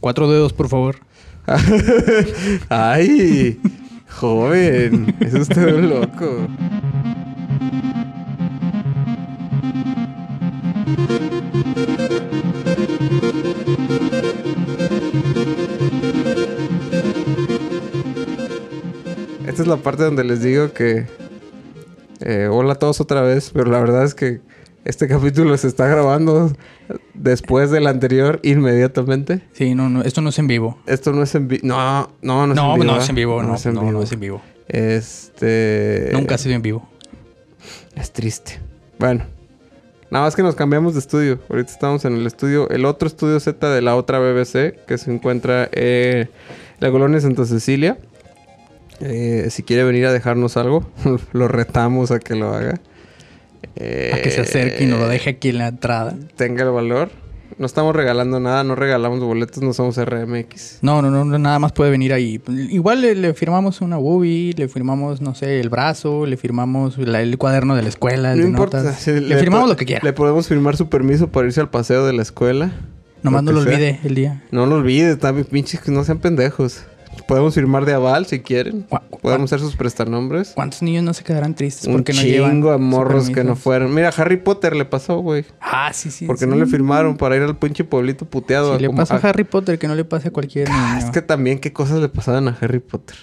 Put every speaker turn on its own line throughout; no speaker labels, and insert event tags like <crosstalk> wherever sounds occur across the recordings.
Cuatro dedos, por favor.
<laughs> Ay, joven, es usted un loco. Esta es la parte donde les digo que... eh, hola a todos otra vez, pero la verdad es que este capítulo se está grabando después del anterior inmediatamente.
Sí, no, no, esto no es en vivo.
Esto no es en vivo. No, no, no es en
No,
vivo.
no
¿verdad?
es en vivo, no, no, no es en vivo.
Este.
Nunca ha sido en vivo.
Es triste. Bueno. Nada más que nos cambiamos de estudio. Ahorita estamos en el estudio, el otro estudio Z de la otra BBC, que se encuentra en la colonia Santa Cecilia. Eh, si quiere venir a dejarnos algo, <laughs> lo retamos a que lo haga.
A que se acerque y nos lo deje aquí en la entrada.
Eh, Tenga el valor. No estamos regalando nada, no regalamos boletos, no somos RMX.
No, no, no, no, nada más puede venir ahí. Igual le, le firmamos una boobie, le firmamos, no sé, el brazo, le firmamos la- el cuaderno de la escuela, el
No
Ah, de
importa.
notas.
sí,
le,
po-
firmamos lo que quiera.
Le podemos firmar su permiso para irse al paseo de la escuela.
Nomás no
que
lo
sea.
olvide el día.
No lo olvides, también, pinches, que no sean pendejos. Podemos firmar de aval si quieren.
Gua- gua-
Podemos ser sus prestanombres.
¿Cuántos niños no se quedarán tristes
Un
porque no llevan?
chingo de
su
morros que
permiso?
no fueron. Mira, Harry Potter le pasó, güey.
Ah, sí, sí.
Porque
sí.
no le firmaron para ir al pinche pueblito puteado.
Si le
como-
pasa a
a- Ah,
Harry Potter, que no le pase a cualquier niño.
Es que también qué cosas le pasaban a Harry Potter.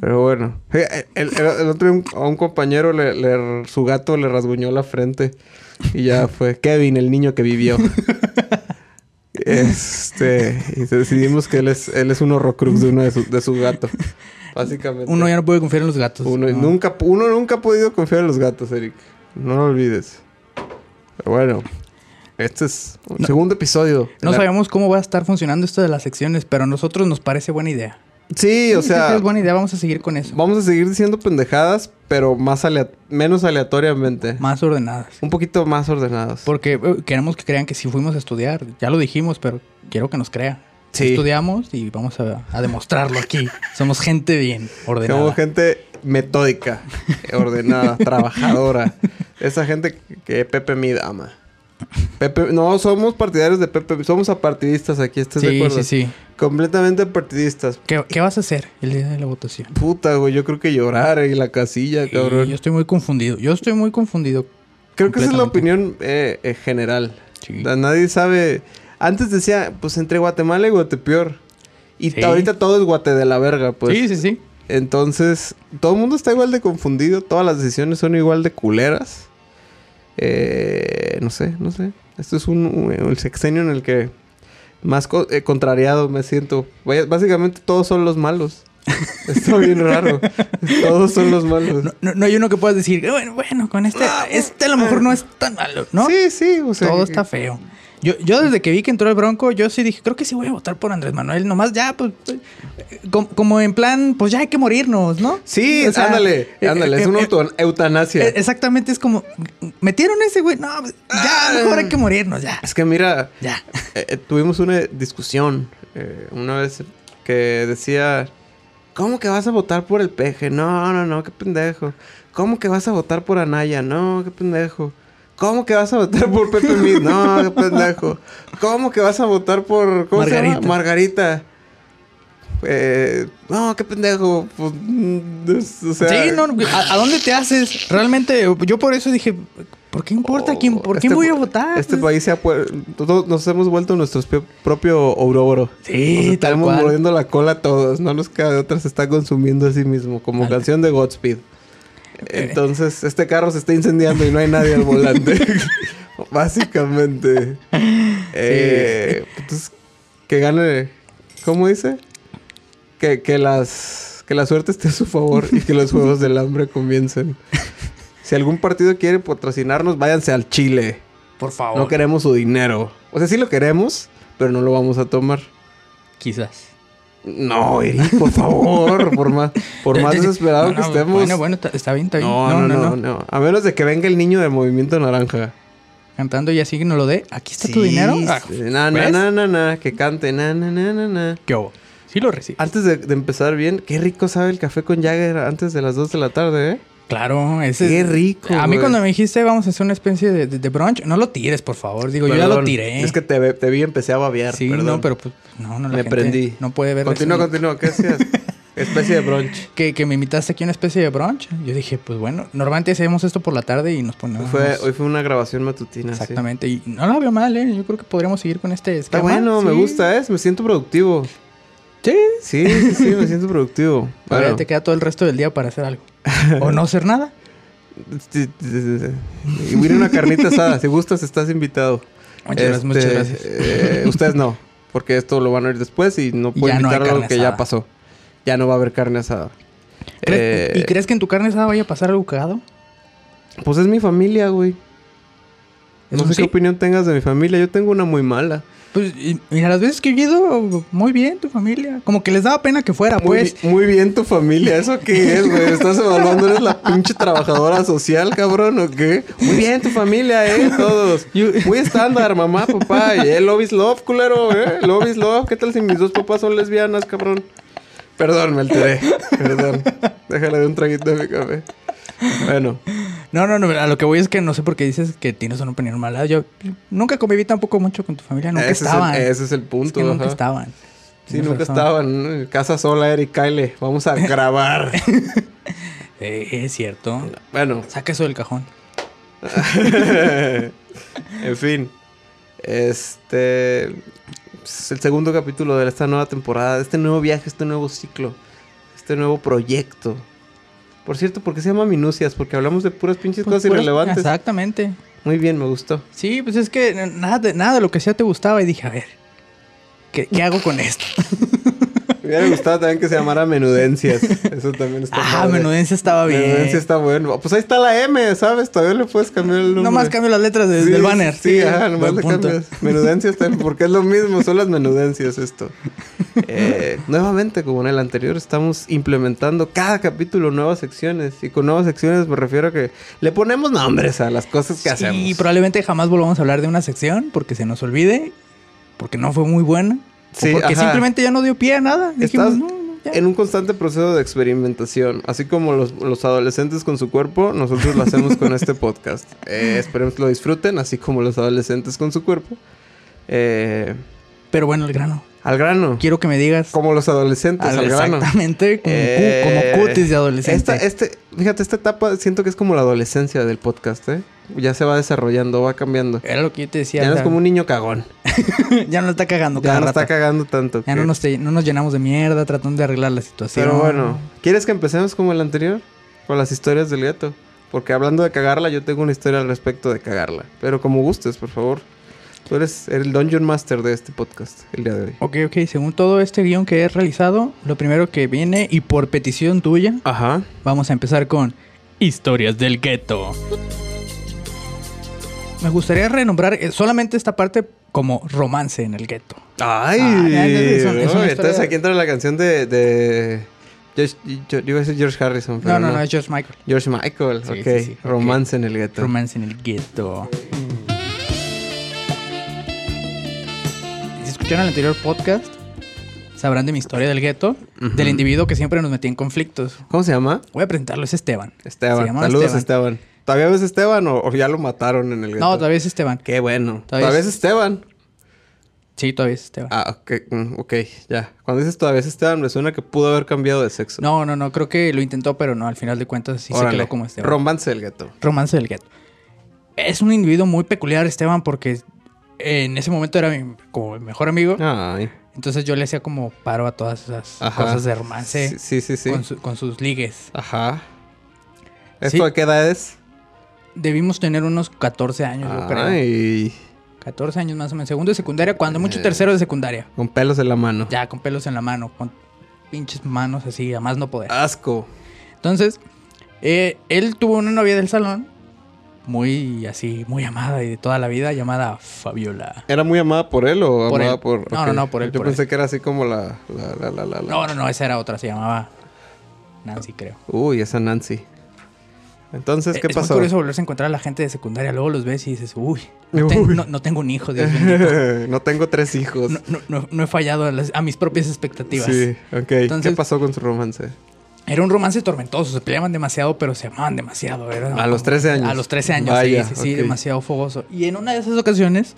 Pero bueno. El, el- el otro día un- a un compañero le, le- su gato le rasguñó la frente. Y ya fue Kevin, el niño que vivió. este. Y decidimos que él es, él es un horrocrux de uno de su, de su gato. Básicamente.
Uno ya no puede confiar en los gatos.
Uno
No.
nunca, uno nunca ha podido confiar en los gatos, Eric. No lo olvides. Pero bueno. Este es un segundo episodio.
No
La-
sabemos cómo va a estar funcionando esto de las secciones, pero a nosotros nos parece buena idea.
Sí, o
Sí, sí,
sea.
es buena idea, vamos a seguir con eso.
Vamos a seguir diciendo pendejadas, pero más alea- menos aleatoriamente.
Más ordenadas.
Un poquito más ordenados.
Porque eh, queremos que crean que sí fuimos a estudiar. Ya lo dijimos, pero quiero que nos crea.
Sí.
Estudiamos y vamos a, a demostrarlo
<laughs>
aquí. Somos gente bien ordenada.
Somos gente metódica,
<laughs>
ordenada, trabajadora. Esa gente que Pepe Mid ama. Pepe, no, somos partidarios de Pepe, somos apartidistas aquí, ¿estás de
sí,
acuerdo?
sí, sí.
Completamente partidistas.
¿Qué, qué vas a hacer el día de la votación?
Puta, güey, yo creo que llorar en la casilla, cabrón.
Y yo estoy muy confundido. Yo estoy muy confundido.
Creo que esa es la
completamente.
opinión eh, eh, general.
Sí.
Na- Nadie sabe. Antes decía, pues entre Guatemala y Guatepeor. Y
Sí.
ahorita todo es Guate de la verga, pues.
sí, sí, sí.
Entonces, todo el mundo está igual de confundido. Todas las decisiones son igual de culeras. Eh, no sé, no sé. Esto es un, un- el sexenio en el que más co- eh, contrariado me siento. Vaya- básicamente todos son
<laughs>
los malos. Está bien raro. Todos son los malos.
No, no- no hay uno que puedas decir, bueno, bueno, con este, este a lo mejor no es tan malo, ¿no?
Sí, sí, o sea,
Todo está feo. Yo, yo desde que vi que entró el Bronco, yo sí dije, creo que sí voy a votar por Andrés Manuel. Nomás ya, pues, eh, com- como, en plan, pues ya hay que morirnos, ¿no?
Sí,
O sea,
ándale,
eh,
ándale, es
eh,
una
eh,
auto- eutanasia.
eh, Exactamente, es como, metieron a ese güey, no, pues,
Ah.
ya, mejor hay que morirnos, ya,
Es que mira,
ya.
eh, eh, tuvimos una discusión eh, una vez que decía, ¿cómo que vas a votar por el peje? No, no, no, qué pendejo. ¿Cómo que vas a votar por Anaya? No, qué pendejo. ¿Cómo que vas a votar por
<laughs>
Pepe Mid? No, qué pendejo. ¿Cómo que vas a votar por ¿cómo se llama?
Margarita.
Margarita. Eh, no, qué pendejo. Pues, mm, es- o sea,
sí, no, ¿a, a dónde te haces? Realmente, yo por eso dije, ¿por qué importa quién, por
Este
quién voy a
pa-
votar?
Este
Pues,
país se ha puer- todos nos hemos vuelto nuestros pio- propio ouroboro.
Sí,
Nos
tal
estamos
cual.
mordiendo la cola a todos. No nos queda de otra, se está consumiendo a sí mismo, como
Al- Eh.
canción de Godspeed. Entonces, este carro se está incendiando y no hay nadie al volante.
<laughs>
<laughs> Básicamente. Eh, entonces, que gane. ¿Cómo dice? Que, que las. Que la suerte esté a su favor y que los juegos del
<laughs>
hambre comiencen. Si algún partido quiere patrocinarnos, váyanse al Chile.
Por favor,
No queremos su dinero. O sea, sí lo queremos, pero no lo vamos a tomar.
quizás.
No, Eric, por favor, por más,
<laughs>
por más desesperado
No,
que
no,
estemos.
Bueno, bueno, está, está bien, está bien.
no, no, no, no, A menos de que venga el niño de Movimiento Naranja.
Cantando y así que nos lo dé. Aquí está tu
Sí,
dinero.
sí.
Ah,
Na, na,
¿ves?
na, na, na, que cante, na, na, na, na, na.
¿Qué hubo? Ah, Sí lo recibí.
Antes de, de empezar bien, qué rico sabe el café con Jagger antes de las 2 de la tarde, ¿eh?
Claro, ese
Qué
es-
rico,
A mí
güey.
cuando me dijiste vamos a hacer una especie de, de- de brunch, no lo tires, por favor. Digo, yo ya lo
Perdón,
tiré.
Es que te, ve- te vi y empecé a babear.
sí,
perdón.
no, pero pues, no, no la
Me
gente
prendí.
No puede ver.
Continúa,
eso.
continúa.
<laughs>
¿Qué hacías? Especie de brunch.
que, que me invitaste aquí a una especie de brunch. Yo dije, pues bueno, normalmente hacemos esto por la tarde y nos ponemos.
Fue, hoy fue una grabación matutina. sí.
Exactamente. Y no la veo mal, ¿eh? Yo creo que podríamos seguir con este
Está
esquema.
bueno, me
Sí.
gusta, ¿eh? Me siento productivo.
Sí.
Sí, sí, sí, me siento
<laughs>
productivo.
Ahora
Bueno,
te queda todo el resto del día para hacer
<laughs>
algo. o no hacer nada.
sí, sí, sí, sí. Y mira una carnita asada. Si gustas, estás invitado.
Muchas gracias,
Este,
muchas gracias. <laughs>
eh, ustedes no, porque esto lo van a oír después y no puedo
Ya no hay
invitar a algo
carne
que
asada.
ya pasó. Ya no va a haber carne asada.
¿Crees-
Eh,
¿Y crees que en tu carne asada vaya a pasar algo cagado?
Pues es mi familia, güey.
¿Es
No
un
sé
sí?
qué opinión tengas de mi familia. Yo tengo una muy mala.
Pues y- mira, las veces que he ido, muy bien tu familia. Como que les daba pena que fuera,
Muy,
pues.
bi- muy bien tu familia. ¿Eso qué es, güey? ¿Estás evaluando? ¿Eres la pinche trabajadora social, cabrón, o qué? Muy bien tu familia, ¿eh? Todos. Muy estándar, mamá, papá. Y, eh, love is love, culero, ¿eh? Love is love. ¿Qué tal si mis dos papás son lesbianas, cabrón? Perdón, me alteré. Perdón. Déjale de un traguito de mi café. Bueno.
No, no, no, a lo que voy es que no sé por qué dices que tienes una opinión mala. Yo nunca conviví tampoco mucho con tu familia, nunca
ese,
estaban.
Es el, ese es el punto.
Es que nunca
ajá.
estaban.
Sí,
Tienes
nunca
razón.
estaban. ¿no? Casa sola, Eric Kyle. Vamos
<laughs>
a grabar.
Eh, es cierto.
bueno.
Saca eso del cajón.
<laughs> en fin. Este. Es el segundo capítulo de esta nueva temporada, de este nuevo viaje, este nuevo ciclo, este nuevo proyecto. Por cierto, ¿por qué se llama Minucias? Porque hablamos de puras pinches
Pues,
cosas
puras-
irrelevantes.
Exactamente.
Muy bien,
<laughs>
me gustó.
Sí, pues es que n- nada, de- nada de lo que sea te gustaba y dije, a ver, ¿qué, qué hago con
<laughs>
esto?
Me hubiera gustado también que se llamara Menudencias. Eso también está
ah,
padre.
menudencia estaba bien.
Menudencia está bueno. Pues ahí está la M, ¿sabes? Todavía le puedes cambiar el nombre.
Nomás cambio las letras de-
Sí,
del banner.
Sí, ajá, nomás
buen
le
punto.
cambias. Menudencias también, porque es lo mismo, son las menudencias esto.
<laughs>
Eh, nuevamente, como en el anterior, estamos implementando cada capítulo nuevas secciones. Y con nuevas secciones me refiero a que le ponemos nombres a las cosas que hacemos.
Y probablemente jamás volvamos a hablar de una sección porque se nos olvide, porque no fue muy buena, o
Sí,
porque
ajá.
simplemente ya no dio pie a nada. Dijimos,
Estás
no, no, ya.
en un constante proceso de experimentación. Así como los, los adolescentes con su cuerpo, nosotros lo hacemos con este podcast. Eh, esperemos que lo disfruten, así como los adolescentes con su cuerpo. Eh,
Pero bueno, el grano.
al grano.
Quiero que me digas
Como los adolescentes,
al-
al grano.
exactamente como, cu-
Eh,
como cutis de adolescente.
Esta, este, fíjate, esta etapa siento que es como la adolescencia del podcast, ¿eh? Ya se va desarrollando, va cambiando.
Era lo que yo te decía.
Ya no
o
es
sea,
como un niño cagón.
<laughs> ya no está cagando
ya
cada
no está
rato.
cagando tanto.
Ya no
que-
nos, te- no nos llenamos de mierda tratando de arreglar la situación.
Pero bueno, ¿quieres que empecemos como el anterior? Con las historias del gato. Porque hablando de cagarla, yo tengo una historia al respecto de cagarla. Pero como gustes, por favor. Tú eres el Dungeon Master de este podcast el día de hoy.
Ok, ok. Según todo este guión que he realizado, lo primero que viene y por petición tuya,
Ajá.
Vamos a empezar con Historias del Gueto. Me gustaría renombrar eh, solamente esta parte como romance en el gueto.
Ay,
Ah, ya, ya, es una- es una
no,
historia-
entonces aquí entra la canción de. de... George, yo, yo iba a decir George Harrison, pero
No, no, no, es George Michael.
George Michael,
Sí,
ok.
sí, sí, ok.
Romance en el gueto.
Romance en el gueto. Si escucharon el anterior podcast, sabrán de mi historia del gueto,
Ujú.
del individuo que siempre nos metía en conflictos.
¿Cómo se llama?
Voy a presentarlo, es Esteban. Se
Esteban.
llamaba
Saludos, Esteban. ¿Todavía ves Esteban o, o ya lo mataron en el gueto?
No, todavía es Esteban.
Qué bueno.
Todavía
¿Todavía,
es-
es Esteban?
Sí, todavía es Esteban.
Ah, ok, mm, ok, ya. Cuando dices todavía es Esteban, me suena que pudo haber cambiado de sexo.
No, no, no, creo que lo intentó, pero no, al final de cuentas sí se
Órale.
quedó como Esteban.
Romance del gueto.
Romance del Gueto. Es un individuo muy peculiar, Esteban, porque en ese momento era mi, como mi mejor amigo.
Ay.
Entonces yo le hacía como paro a todas esas
Ah. Ajá.
cosas de romance
Sí, sí, sí. sí.
Con, su- con sus ligues.
Ajá.
Sí.
¿Esto a qué edad es?
Debimos tener unos 14 años, yo creo.
Ay.
14 años más o menos. Segundo de secundaria, cuando mucho
Eh.
tercero de secundaria.
Con pelos en la mano.
Ya con pelos en la mano, con pinches manos así, a más no poder.
Ah. Asco.
Entonces, eh, él tuvo una novia del salón, muy así, muy amada y de toda la vida, llamada Fabiola.
¿Era muy amada por él o
Por
amada
él.
por.?
No,
ok.
no, no, por él,
Yo
por
pensé que era así como la. la, la, la, la, la-
No, no, no, esa era otra, se llamaba Nancy, creo.
Uy, esa Nancy. Entonces, ¿qué
Eh, es
pasó?
muy curioso volverse a encontrar a la gente de secundaria, luego los ves y dices, uy, no,
Uy.
ten- no- no tengo un hijo, Dios
<laughs>
bendito.
no tengo tres hijos.
No, no- no- no he fallado a, las- a mis propias expectativas.
sí, ok.
Entonces-
¿Qué pasó con su romance?
Era un romance tormentoso, se peleaban demasiado, pero se amaban demasiado. era
A los 13 años.
A los 13 años,
Vaya,
sí, sí, sí,
ok.
demasiado fogoso. Y en una de esas ocasiones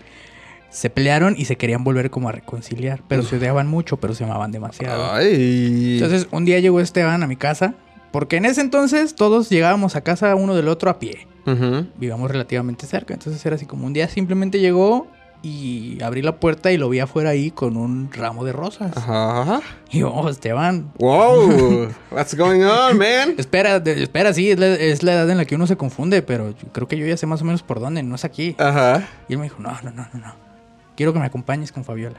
se pelearon y se querían volver como a reconciliar, pero se odiaban mucho, pero se amaban demasiado.
Ay.
Entonces, un día llegó Esteban a mi casa, porque en ese entonces todos llegábamos a casa uno del otro a pie.
Ujú.
Vivíamos relativamente cerca, entonces era así como un día simplemente llegó y abrí la puerta y lo vi afuera ahí con un ramo de rosas.
Ah. Ajá.
Y yo, "Oh, Esteban, <laughs>
Wow. What's going on, man?
Espera, de- espera, sí, es la, es la edad en la que uno se confunde, pero yo creo que yo ya sé más o menos por dónde, no es aquí.
Ajá.
Y él me dijo, no, no, no, no, no. Quiero que me acompañes con Fabiola.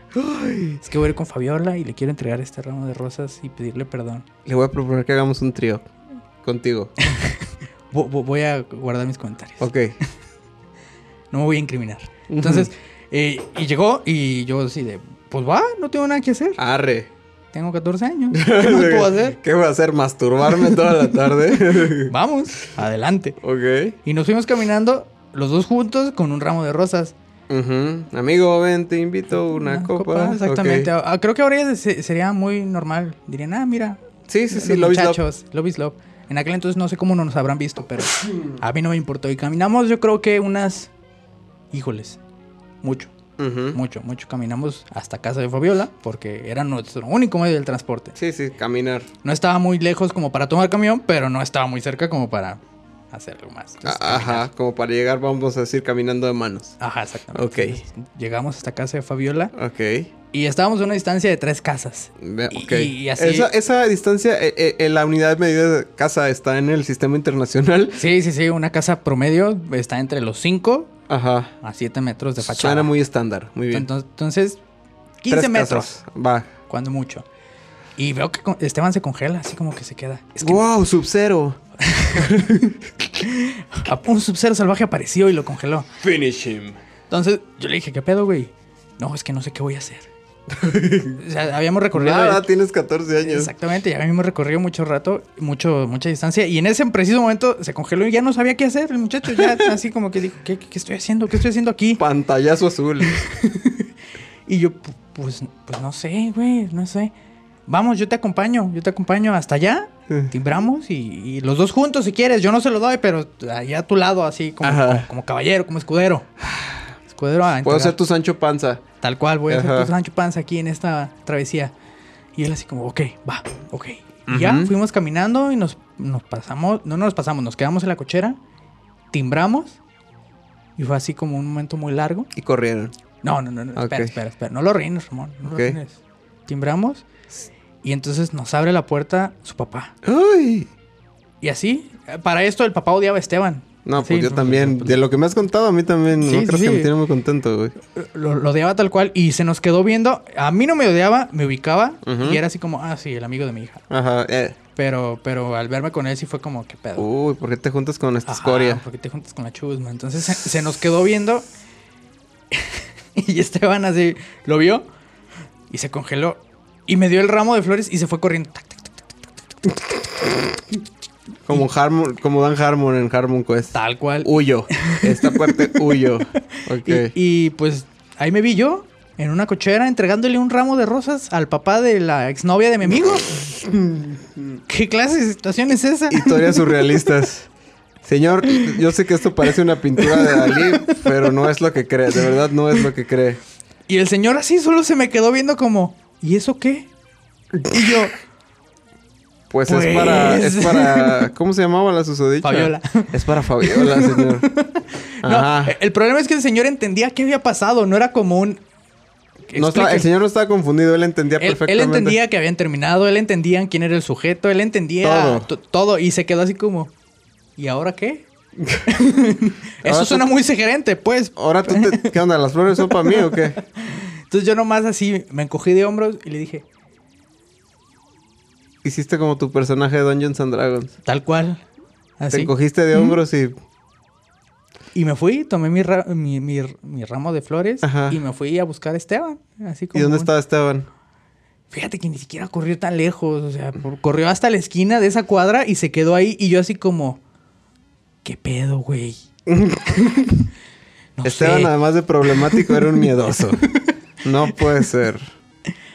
Es que voy a ir con Fabiola y le quiero entregar este ramo de rosas y pedirle perdón.
Le voy a proponer que hagamos un trío contigo.
Vo- vo- voy a guardar mis comentarios.
Ok.
No me voy a incriminar. Entonces, eh, y llegó y yo así de, pues va, no tengo nada que hacer.
Arre.
Tengo 14
<laughs>
años. ¿Qué más puedo hacer?
¿Qué voy a hacer? ¿Masturbarme toda la
<laughs>
tarde?
Vamos, adelante.
ok.
Y nos fuimos caminando los dos juntos con un ramo de rosas.
Ujú. Amigo, ven, te invito una, copa.
exactamente.
Ok.
Ah, Creo que ahora ya se- sería muy normal. Dirían, ah, mira.
Sí, sí, sí,
los
lo vi.
muchachos, love is love. En aquel entonces no sé cómo no nos habrán visto, pero a mí no me importó. Y caminamos, yo creo que unas. Híjoles. Mucho, mucho, mucho. Caminamos hasta casa de Fabiola, porque era nuestro único medio del transporte.
Sí, sí, caminar.
No estaba muy lejos como para tomar camión, pero no estaba muy cerca como para hacer algo más. Entonces,
A- Ah, Ajá, como para llegar, vamos a decir, caminando de manos.
Ajá, exactamente.
Ok.
Entonces, llegamos hasta casa de Fabiola
Ok.
y estábamos a una distancia de tres casas.
Ve-
Y-
ok.
y así-
Esa, esa distancia, eh, eh, eh, la unidad de medida de casa está en el sistema internacional. <laughs>
Sí, sí, sí, una casa promedio está entre los 5
Ajá.
a 7 metros de fachada.
Suena muy estándar, muy bien.
Entonces, entonces, 15
Tres
metros,
casas. Va.
cuando mucho. Y veo que con- Esteban se congela, así como que se queda. Es que
Wow, sub-zero.
a- un sub-zero salvaje apareció y lo congeló.
Finish him.
Entonces, yo le dije, ¿qué pedo, güey? No, es que no sé qué voy a hacer. <laughs> o sea, habíamos recorrido...
Nada, tienes 14 años.
Exactamente, ya habíamos recorrido mucho rato, mucho, mucha distancia, y en ese preciso momento se congeló y ya no sabía qué hacer. El muchacho ya
<laughs>
así como que dijo, ¿qué, qué estoy haciendo? ¿Qué estoy haciendo aquí? <laughs>
Pantallazo azul.
Y yo, pu- pues, pues no sé, güey, no sé. Vamos, yo te acompaño, yo te acompaño hasta allá. Timbramos y, y los dos juntos si quieres. Yo no se lo doy, pero allá a tu lado, así como,
Ajá.
como, como caballero, como escudero. Escudero a
Puedo
entregar.
ser tu Sancho Panza.
Tal cual, voy a hacer
Ajá.
tu Sancho Panza aquí en esta travesía. Y él así como, ok, va, ok. Y ya
Ujú.
fuimos caminando y nos, nos pasamos, no nos pasamos, nos quedamos en la cochera, timbramos. Y fue así como un momento muy largo.
Y corrieron.
No, no, no, no, espera,
Ok.
espera, espera. No lo reines, Ramón. No
Ok.
lo reines. Timbramos y entonces nos abre la puerta su papá.
¡Ay!
Y así, eh, para esto el papá odiaba a Esteban.
No,
Sí,
pues yo también.
pues,
De lo que me has contado, a mí también.
Sí,
no creo
sí,
que me
sí.
tiene muy contento, güey.
Lo, lo odiaba tal cual y se nos quedó viendo. A mí no me odiaba, me ubicaba
Ujú.
y era así como, ah, sí, el amigo de mi hija.
Ajá. eh.
Pero, pero al verme con él sí fue como, qué pedo.
Uy, ¿por qué te juntas con esta
Ajá,
Uh, escoria?
¿Por qué te juntas con la chusma? Entonces <laughs> se, se nos quedó viendo. <laughs> y Esteban así lo vio y se congeló. Y me dio el ramo de flores y se fue corriendo. Tac, tac, tac, tac,
Como, Harmon, como Dan Harmon en Harmon Quest.
tal cual.
Huyo. Esta parte huyo.
<laughs>
Uh, Ok.
Y, y, pues ahí me vi yo en una cochera entregándole un ramo de rosas al papá de la exnovia de mi
<laughs>
amigo. ¿Qué clase de situación es esa?
Historias surrealistas. Señor, yo sé que esto parece una pintura de Dalí, pero no es lo que cree. De verdad, no es lo que cree.
Y el señor así solo se me quedó viendo como, ¿y eso qué? Y yo,
Pues, es
Pues.
para. Es para. ¿Cómo se llamaba la susodicha?
Fabiola.
Es para Fabiola, señor.
<laughs> No, eh,
Ajá.
el problema es que el señor entendía qué había pasado, no era como un...
No estaba- el
Explique.
señor no estaba confundido, él entendía
Él- él,
perfectamente.
entendía que habían terminado, él entendía quién era el sujeto, él entendía
Todo.
to- todo y se quedó así como, ¿y ahora
<laughs>
qué?
Ahora
Eso
tú-
suena muy sugerente, pues.
Ahora tú
<laughs>
te... ¿Qué onda? ¿Las flores son para mí o qué?
Entonces yo nomás así me encogí de hombros y le dije,
Hiciste como tu personaje de Dungeons and Dragons.
tal cual.
Te
Así.
cogiste de hombros y...
Y me fui, tomé mi, ra- mi, mi- mi ramo de flores
Ajá.
y me fui a buscar a Esteban. Así como
¿Y dónde
un-
estaba Esteban?
Fíjate que ni siquiera corrió tan lejos, o sea, por- corrió hasta la esquina de esa cuadra y se quedó ahí y yo así como, ¿qué pedo, güey? <laughs> no
Esteban, ah.
sé.
además de
<laughs>
problemático, era un miedoso. no puede ser.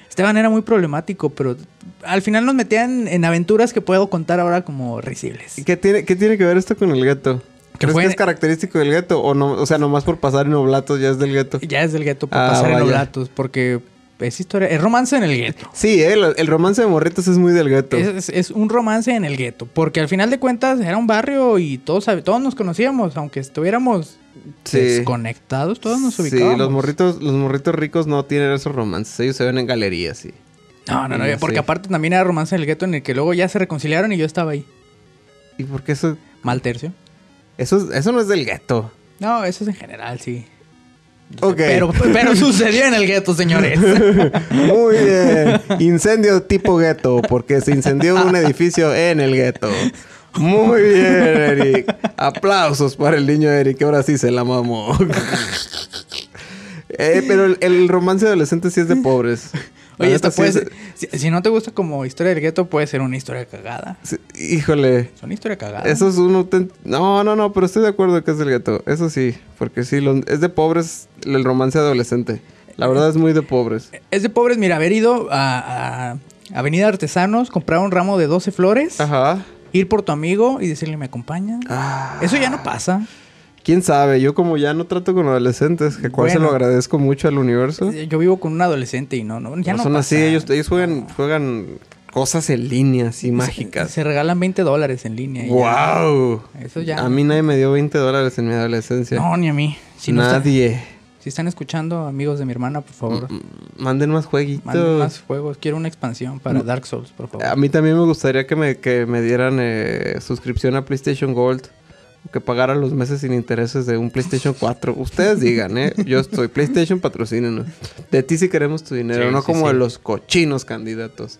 Esteban era muy problemático, pero al final nos metían en aventuras que puedo contar ahora como risibles.
¿Y ¿Qué tiene, qué tiene que ver esto con el gato?
Que
¿Crees
fue-
que es característico del gato? O, no, o sea, nomás por pasar en oblatos ya es del gato.
Ya es del gueto por
Ah,
pasar en
vaya.
oblatos, porque es historia, es romance en el gueto.
Sí, eh, lo- el romance de morritos es muy del gato.
Es, es- es un romance en el gueto, porque al final de cuentas era un barrio y todos, sab- todos nos conocíamos, aunque estuviéramos
Sí.
desconectados, todos nos ubicábamos.
Sí, los morritos, los morritos ricos no tienen esos romances. Ellos se ven en galerías, sí.
No, no, no,
Sí,
porque
sí.
aparte también era romance en el gueto en el que luego ya se reconciliaron y yo estaba ahí.
¿Y por qué eso?
Mal tercio.
Eso, es- eso no es del gato.
No, eso es en general, sí.
Ok.
Pero,
<laughs>
pero sucedió en el gueto, señores.
Muy bien. Incendio tipo gueto, porque se incendió un edificio en el gueto. Muy bien, Eric. Aplausos para el niño Eric, que ahora sí se la mamó. Eh, pero el, el romance adolescente sí es de pobres. La
Oye,
neta
esto
sí
puede
es de-
ser- si, si no te gusta como historia del gueto, puede ser una historia cagada.
sí, híjole.
Es una historia cagada.
Eso es un auténtico... No, no, no, pero estoy de acuerdo que es del gueto. Eso sí, porque sí, lo- es de pobres el romance adolescente. La verdad es muy de pobres.
Es de pobres, mira, haber ido a, a Avenida Artesanos, comprar un ramo de 12 flores,
Ajá.
ir por tu amigo y decirle, ¿me acompaña?
Ah.
Eso ya no pasa.
¿Quién sabe? Yo como ya no trato con adolescentes, que cual se
Bueno.
lo agradezco mucho al universo.
Eh, Yo vivo con un adolescente y no, no, ya
no,
no, pasa.
son Pues así, ellos, ellos juegan, juegan cosas en línea, así mágicas.
Se, se regalan 20 dólares en línea. y ya.
¡Wow!
Eso ya.
A mí nadie me dio 20 dólares en mi adolescencia.
No, ni a mí. Si, no está-
nadie. Mm,
si están escuchando, amigos de mi hermana, por favor,
Manden más jueguitos.
manden más juegos. Quiero una expansión
Mm.
para Dark Souls, por favor.
A mí también me gustaría que me, que me dieran eh, suscripción a PlayStation Gold. o Que pagaran los meses sin intereses de un PlayStation 4. Ustedes digan, ¿eh? Yo estoy. PlayStation patrocínenos. De ti sí queremos tu dinero,
Sí,
no
sí,
como
sí.
de los cochinos candidatos.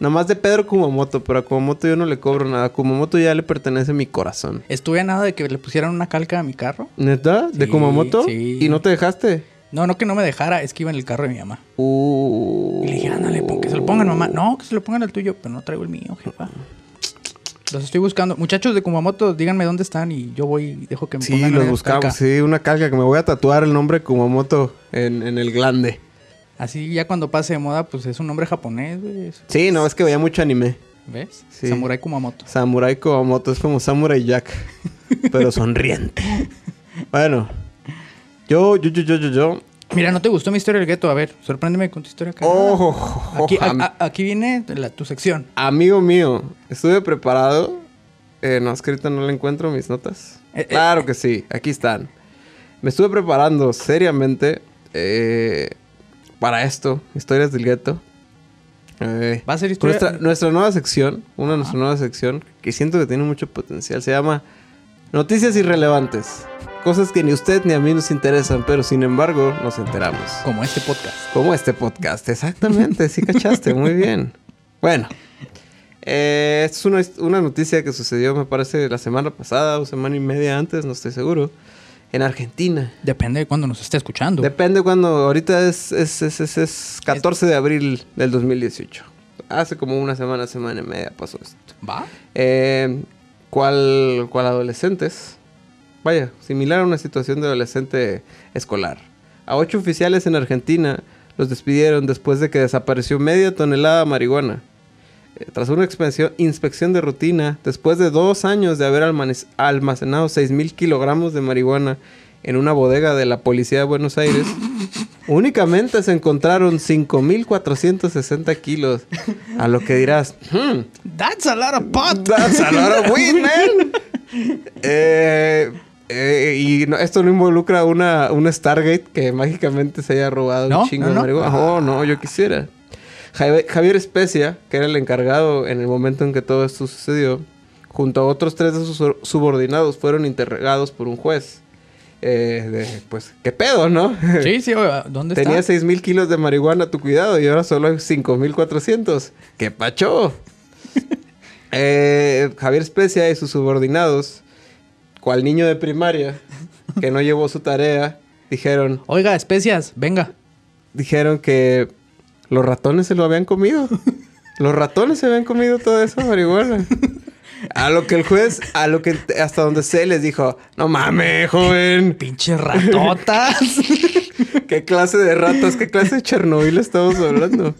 Nomás de Pedro Kumamoto, pero a Kumamoto yo no le cobro nada. A Kumamoto ya le pertenece mi corazón.
Estuve a nada de que le pusieran una calca a mi carro.
¿Neta? ¿De
Sí,
Kumamoto?
sí.
¿Y no te dejaste?
No, no que no me dejara, es que iba en el carro de mi mamá.
Uh.
Y le dije, ándale, pon- que se lo pongan, mamá. No, que se lo pongan al tuyo, pero no traigo el mío, jefa. Los estoy buscando. Muchachos de Kumamoto, díganme dónde están y yo voy y dejo que me
Sí,
pongan
los
una
buscamos.
calca.
Sí, una calca que me voy a tatuar el nombre de Kumamoto en, en el glande.
Así ya cuando pase de moda, pues es un nombre japonés, güey. es-
Sí, no, es que veía mucho anime.
¿Ves?
Sí.
Samurai Kumamoto.
Samurai Komoto es como Samurai
<laughs>
Jack, pero sonriente. Bueno, yo, yo, yo, yo, yo, yo.
Mira, ¿no te gustó mi historia del gueto? A ver, sorpréndeme con tu historia acá.
Ojo,
Aquí,
am-
a- a- aquí viene la- tu sección.
amigo mío, estuve preparado. Eh, no, es que ahorita no le encuentro mis notas.
Eh, eh.
claro que sí, aquí están. Me estuve preparando seriamente eh, para esto, historias del gueto. Eh,
Va a ser historia-
Nuestra, nuestra nueva sección, una de nuestra nueva sección, que siento que tiene mucho potencial, se llama Noticias Irrelevantes. Cosas que ni usted ni a mí nos interesan, pero sin embargo nos enteramos.
Como este podcast.
Como este podcast, exactamente, sí cachaste, muy bien. Bueno, eh, esta es una, una noticia que sucedió, me parece, la semana pasada o semana y media antes, no estoy seguro, en Argentina.
Depende de cuando nos esté escuchando.
Depende cuando, ahorita es, es, es, es- es 14 de abril del 2018. Hace como una semana, semana y media pasó esto.
¿Va?
Eh, ¿cuál, cuál adolescentes? Vaya, similar a una situación de adolescente escolar. A ocho oficiales en Argentina los despidieron después de que desapareció media tonelada de marihuana. Eh, tras una expensión- inspección de rutina, después de dos años de haber almane- almacenado 6.000 kilogramos de marihuana en una bodega de la policía de Buenos Aires, únicamente se encontraron 5.460 kilos. A lo que dirás, "Hmm,
That's a lot of pot.
That's a lot of weed, man. <laughs> Eh, eh, y no- esto no involucra una, una Stargate que mágicamente se haya robado
¿No?
un chingo
¿No, no? Ah.
de marihuana. Oh, no, yo quisiera. Javi- Javier Especia, que era el encargado en el momento en que todo esto sucedió, junto a otros tres de sus sor- subordinados, fueron interrogados por un juez. Eh, de, pues, ¿qué pedo, no?
Sí, sí, oiga, ¿dónde
Tenía
está?
6000 kilos de marihuana a tu cuidado y ahora solo hay 5400.
<laughs>
¡Qué pacho! Eh, Javier Especia y sus subordinados, cual niño de primaria que no llevó su tarea, dijeron,
Oiga, especias, venga.
dijeron que los ratones se lo habían comido. Los ratones se habían comido toda esa marihuana. A lo que el juez, a lo que hasta donde sé les dijo, no mames, joven.
Pinches ratotas.
¿Qué clase de ratas? ¿Qué clase de Chernobyl estamos hablando?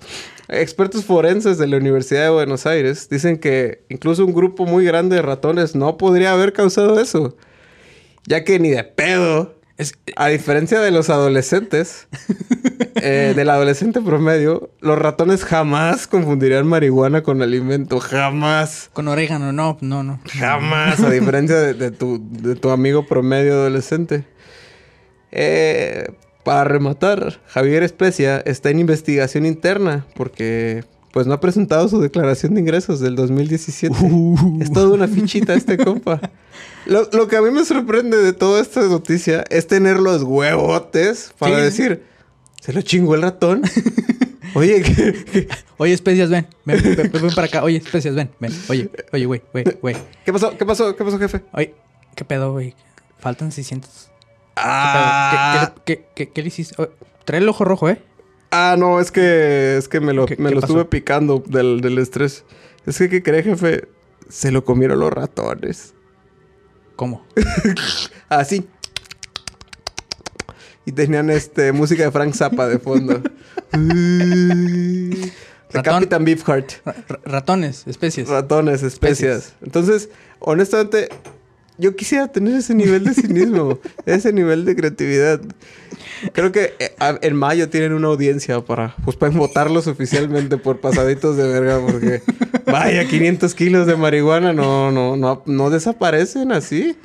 Expertos forenses de la Universidad de Buenos Aires dicen que incluso un grupo muy grande de ratones no podría haber causado eso. Ya que ni de pedo.
Es-
A diferencia de los adolescentes, eh, del adolescente promedio, los ratones jamás confundirían marihuana con alimento. Jamás.
Con orégano, no, no, no.
Jamás, a diferencia de, de tu, de tu amigo promedio adolescente. Eh, para rematar, Javier Especia está en investigación interna porque pues no ha presentado su declaración de ingresos del 2017. Es toda una fichita este compa. Lo, lo que a mí me sorprende de toda esta noticia es tener los huevotes para
Sí.
decir, se lo chingó el <laughs> ratón. Oye, que- que-
Oye, especias, ven. Ven, ven, ven, ven para acá. Oye, especias, ven, ven. Oye, oye, güey, güey, güey.
¿qué pasó? ¿Qué pasó? ¿Qué pasó, jefe?
Oye, ¿qué pedo, güey? Faltan 600. ¿Qué pedo?
Ah,
¿Qué, qué, qué- qué- qué le hiciste? Oye, trae el ojo rojo, ¿eh?
Ah, no, es que es que me lo,
¿Qué-
me
qué
lo
pasó?
estuve picando del, del estrés. Es que, ¿qué cree, jefe? Se lo comieron los ratones.
¿Cómo?
Así. Y tenían este música de Frank Zappa
<laughs>
de fondo. <laughs> de
Ratón.
Captain Beefheart.
Ra- ra- Ratones, especies.
Ratones, especias. Entonces, honestamente, yo quisiera tener ese nivel de <laughs> cinismo, ese nivel de creatividad. Creo que eh, a- en mayo tienen una audiencia para, pues, pueden votarlos oficialmente por pasaditos de verga, porque vaya, 500 kilos de marihuana, no, no, no, no desaparecen así.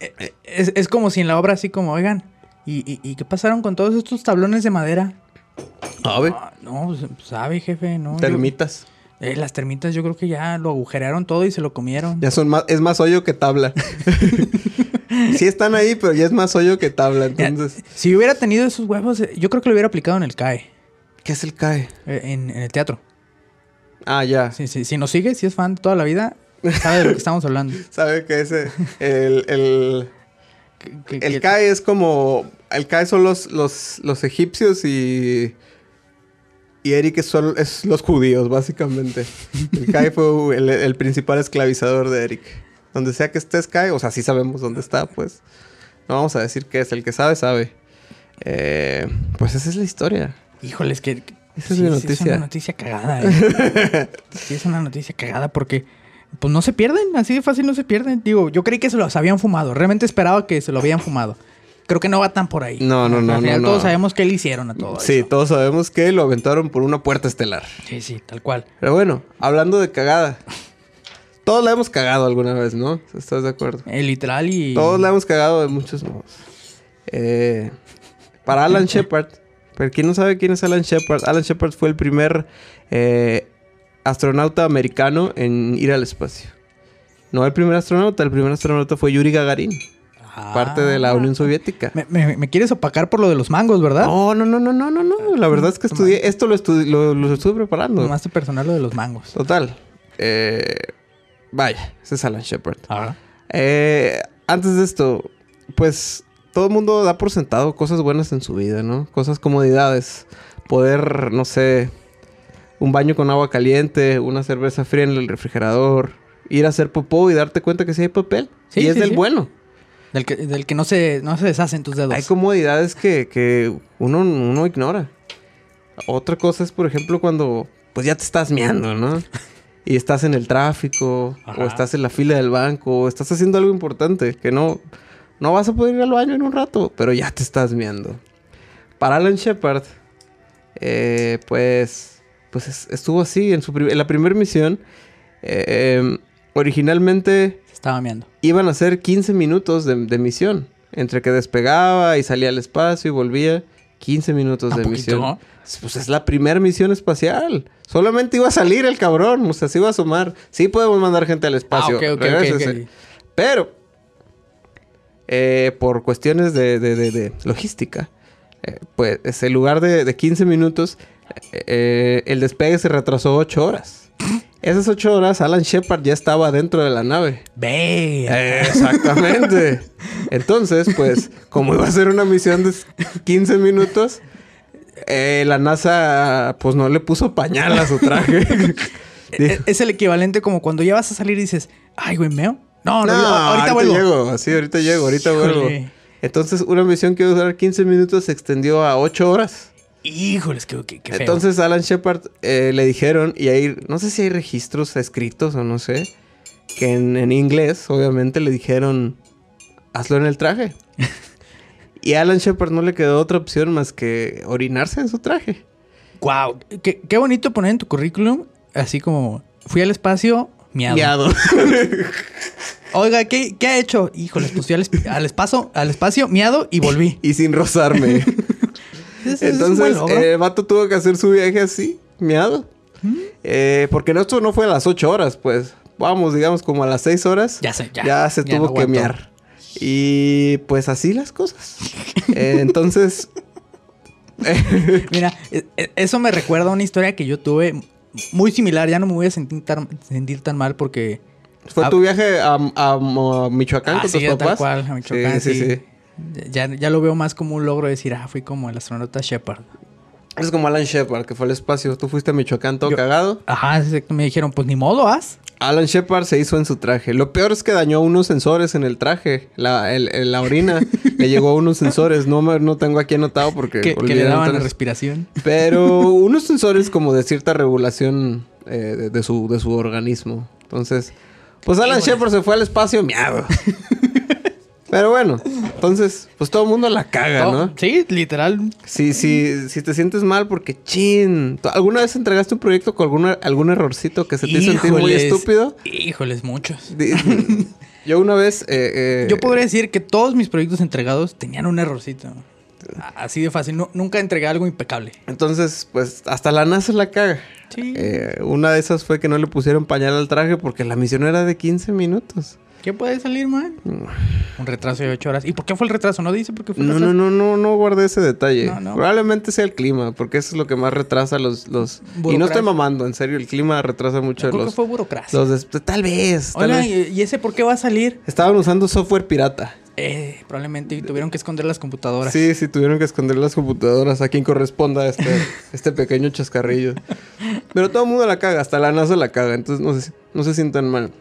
eh, Es, es como si en la obra así como, oigan, ¿y, y, y qué pasaron con todos estos tablones de madera?
Ave,
Ah, no, pues, sabe, jefe, no. yo-
termitas.
eh, las termitas yo creo que ya lo agujerearon todo y se lo comieron.
Ya son más, es más hoyo que <laughs> tabla. sí están ahí, pero ya es más hoyo que tabla.
Ya,
Entonces,
si hubiera tenido esos huevos, eh, yo creo que lo hubiera aplicado en el CAE,
¿qué es el CAE?
eh, en, en el teatro.
Ah, ya.
Sí, sí, si nos sigue, si es fan toda la vida, sabe de lo que estamos
<laughs>
hablando.
¿Sabe que ese? El, el,
Que- que-
el E
que-
CAE es como. El CAE son los, los, los egipcios y. Y Eric es son es los judíos, básicamente. El CAE fue el, el principal esclavizador de Eric. Donde sea que estés CAE, o sea, sí sabemos dónde está, pues. No vamos a decir qué es. El que sabe, sabe. Eh, pues esa es la historia.
Híjole, es que.
Esa es mi
es
noticia.
una noticia cagada,
<laughs>
eh. sí, es una noticia cagada porque. Pues no se pierden, así de fácil no se pierden. Digo, yo creí que se los habían fumado. Realmente esperaba que se lo habían fumado. Creo que no va tan por ahí.
No, no, no,
Al final
no, no.
todos sabemos qué le hicieron a todo
Sí,
eso.
todos sabemos que lo aventaron por una puerta estelar.
Sí, sí, tal cual.
Pero bueno, hablando de cagada. Todos la hemos cagado alguna vez, ¿no? ¿Estás de acuerdo?
Eh, literal y.
Todos la hemos cagado de muchos modos. Eh, para Alan Shepard. Pero quien no sabe quién es Alan Shepard, Alan Shepard fue el primer eh, astronauta americano en ir al espacio. No el primer astronauta, el primer astronauta fue Yuri Gagarin,
Ah.
parte de la Unión Soviética.
Me, me- me quieres opacar por lo de los mangos, ¿verdad?
No, no, no, no, no, no, no. La verdad es que estudié, esto lo, estu- lo, lo estuve preparando.
Nomás te personal lo de los mangos.
Total. Eh, vaya, ese es Alan Shepard.
Ajá.
Eh, antes de esto, pues todo el mundo da por sentado cosas buenas en su vida, ¿no? Cosas comodidades. Poder, no sé, un baño con agua caliente, una cerveza fría en el refrigerador, ir a hacer popó y darte cuenta que sí hay papel.
Sí,
y es
sí,
del
sí.
bueno.
Del que, del que no se, no se deshacen tus dedos.
Hay comodidades que, que uno, uno ignora. Otra cosa es, por ejemplo, cuando pues ya te estás meando, ¿no? Y estás en el tráfico,
Ajá.
o estás en la fila del banco, o estás haciendo algo importante que no, no vas a poder ir al baño en un rato, pero ya te estás meando. Para Alan Shepard, eh, pues, pues es- estuvo así en, su pri- en la primera misión. eh, em, originalmente
Se estaba meando.
iban a ser 15 minutos de, de misión. Entre que despegaba y salía al espacio y volvía. 15 minutos
Tan
de
poquito,
misión.
¿no?
Pues es la primera misión espacial. Solamente iba a salir el cabrón. O sea, se iba a asomar. Sí podemos mandar gente al espacio.
Ah, ok, ok, ok,
regrésese.
ok.
Pero, eh, por cuestiones de, de- de- de logística, eh, pues es en lugar de, de 15 minutos, eh, eh, el despegue se retrasó 8 horas. Esas 8 horas, Alan Shepard ya estaba dentro de la nave.
Ve.
Eh, Exactamente. Entonces, pues, como iba a ser una misión de s- 15 minutos, eh, la NASA, pues, no le puso pañal a
<laughs>
su traje. <laughs>
E-
Dijo,
Es el equivalente como cuando ya vas a salir y dices, ay, güey, meo. No, no,
no,
yo- a- ahorita vuelvo.
llego. Sí, ahorita llego, ahorita
Híjole.
vuelvo. Entonces, una misión que iba a durar 15 minutos se extendió a 8 horas.
Híjoles, qué, qué, qué feo.
Entonces Alan Shepard eh, le dijeron, y ahí, no sé si hay registros escritos o no sé, que en, en inglés obviamente le dijeron, hazlo en el
<laughs>
traje. y a Alan Shepard no le quedó otra opción más que orinarse en su traje.
Guau, Qué, qué bonito poner en tu currículum, así como fui al espacio, miado.
Guiado.
Oiga, ¿qué, qué ha hecho? Híjoles, pues fui al, esp- al espacio, al espacio, miado y <laughs> volví.
<laughs> y
<laughs>
sin rozarme.
Es- es un buen
Entonces,
logro.
eh, el vato tuvo que hacer su viaje así, miado.
Mm,
Eh, porque no, esto no fue a las 8 horas, pues. Vamos, digamos, como a las 6 horas.
Ya sé, ya.
se
Ya no
tuvo que
aguantó.
miar. Y pues así las cosas. <laughs> Eh, entonces. <laughs>
Mira, e- e- eso me recuerda a una historia que yo tuve muy similar. Ya no me voy a sentir tan, sentir tan mal porque
Fue
Ah.
tu viaje a, a Mo- a Michoacán con
así
tus
es tal
papás.
cual a Michoacán.
sí, sí,
sí.
sí.
Ya, ya lo veo más como un logro decir, ah, fui como el astronauta Shepard.
Es como Alan Shepard, que fue al espacio. Tú fuiste a Michoacán todo
Yo-
cagado.
Ajá, exacto. me dijeron, pues ni modo, haz.
Alan Shepard se hizo en su traje. Lo peor es que dañó unos sensores en el traje. La, el- el- la
<laughs>
orina le llegó a unos sensores. No, me- no tengo aquí anotado porque...
Que, que
olvidé
le daban la
anotarlos.
respiración.
Pero unos sensores como de cierta regulación eh, de, de su, de su organismo. Entonces, pues Alan
Híjole.
Shepard se fue al espacio miado. Pero bueno, entonces, pues todo el mundo la caga,
Oh,
¿no?
Sí, literal.
Si, si, si te sientes mal porque chin. ¿Tú ¿Alguna vez entregaste un proyecto con alguna, algún errorcito que se te hizo sentir muy
Híjoles.
estúpido?
Híjoles, muchos.
Di- Yo una vez. eh, eh,
Yo podría decir que todos mis proyectos entregados tenían un errorcito. A- Así de fácil. Nu- nunca entregué algo impecable.
Entonces, pues hasta la NASA la caga.
Sí.
Eh, una de esas fue que no le pusieron pañal al traje porque la misión era de 15 minutos.
¿Qué puede salir mal? Un retraso de ocho horas. ¿Y por qué fue el retraso? ¿No dice por qué fue el
Mm. No, no,
retraso?
no, no, no guardé ese detalle.
No, no.
Probablemente sea el clima, porque eso es lo que más retrasa los. los... Y no
Burocracia.
estoy mamando, en serio, el clima retrasa mucho
Creo
los.
que fue burocracia.
los des- Tal vez. tal
Oigan,
vez.
¿y y ese por qué va a salir?
Estaban usando software pirata.
Eh, probablemente tuvieron que esconder las computadoras.
Sí, sí, tuvieron que esconder las computadoras a quien corresponda este,
<laughs>
este pequeño chascarrillo. Pero todo el mundo la caga, hasta la NASA la caga, entonces no se, no se sientan mal.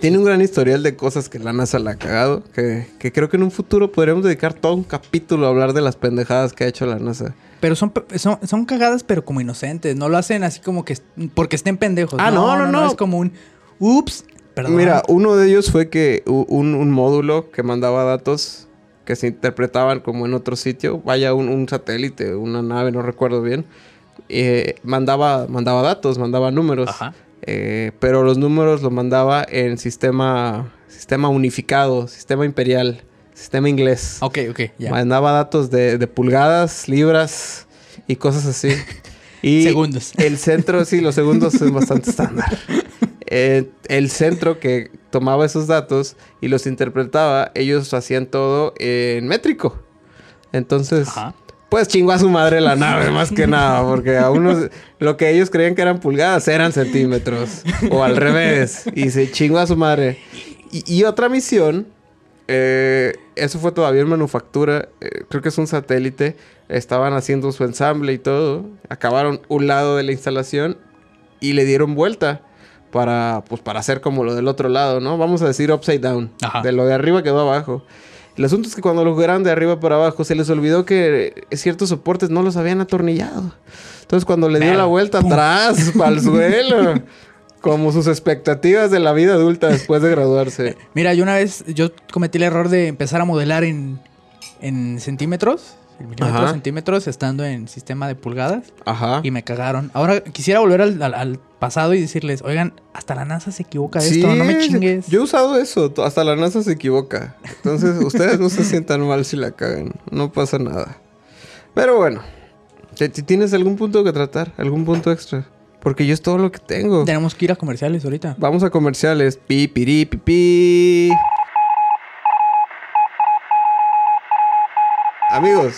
Tiene un gran historial de cosas que la NASA la ha cagado, que, que creo que en un futuro podríamos dedicar todo un capítulo a hablar de las pendejadas que ha hecho la NASA.
Pero son, pe- son, son cagadas, pero como inocentes. No lo hacen así como que est- porque estén pendejos.
Ah, no, no, no.
Es como un ups, perdón.
Mira, uno de ellos fue que u- un, un módulo que mandaba datos que se interpretaban como en otro sitio, vaya un, un satélite, una nave, no recuerdo bien, eh, mandaba, mandaba datos, mandaba números.
Ajá.
Eh, pero los números los mandaba en sistema, sistema unificado, sistema imperial, sistema inglés.
Ok, ok, ya.
Mandaba datos de, de pulgadas, libras y
<laughs>
cosas así. Y
Segundos.
El centro, sí, los segundos
<laughs>
es bastante estándar. Eh, el centro que tomaba esos datos y los interpretaba, ellos hacían todo en métrico. Entonces,
Ajá.
pues chingó a su madre la nave, más que nada, porque a unos lo que ellos creían que eran pulgadas eran centímetros, o al revés, y se chingó a su madre. Y, y otra misión, eh, eso fue todavía en manufactura, eh, creo que es un satélite, estaban haciendo su ensamble y todo, acabaron un lado de la instalación y le dieron vuelta. Para, pues, para hacer como lo del otro lado, ¿no? Vamos a decir upside down.
Ajá.
De lo de arriba quedó abajo. El asunto es que cuando los jugaron de arriba para abajo, se les olvidó que ciertos soportes no los habían atornillado. Entonces, cuando le dio
Ver,
la vuelta atrás, para el suelo, como sus expectativas de la vida adulta después de graduarse.
Mira, yo una vez yo cometí el error de empezar a modelar en, en centímetros, en milímetros,
Ajá. Ah.
centímetros, estando en sistema de pulgadas
Ajá.
y me cagaron. Ahora quisiera volver al, al- al pasado y decirles, oigan, hasta la NASA se equivoca de esto, no me chingues.
Yo he usado eso. t- Hasta la NASA se equivoca. Entonces,
<laughs>
ustedes no se sientan mal si la cagan. No pasa nada. Pero bueno, si si tienes algún punto que tratar, algún punto extra. Porque yo es todo lo que tengo.
Tenemos que ir a comerciales ahorita.
Vamos a comerciales. Pi, piri, pi, pi. Amigos,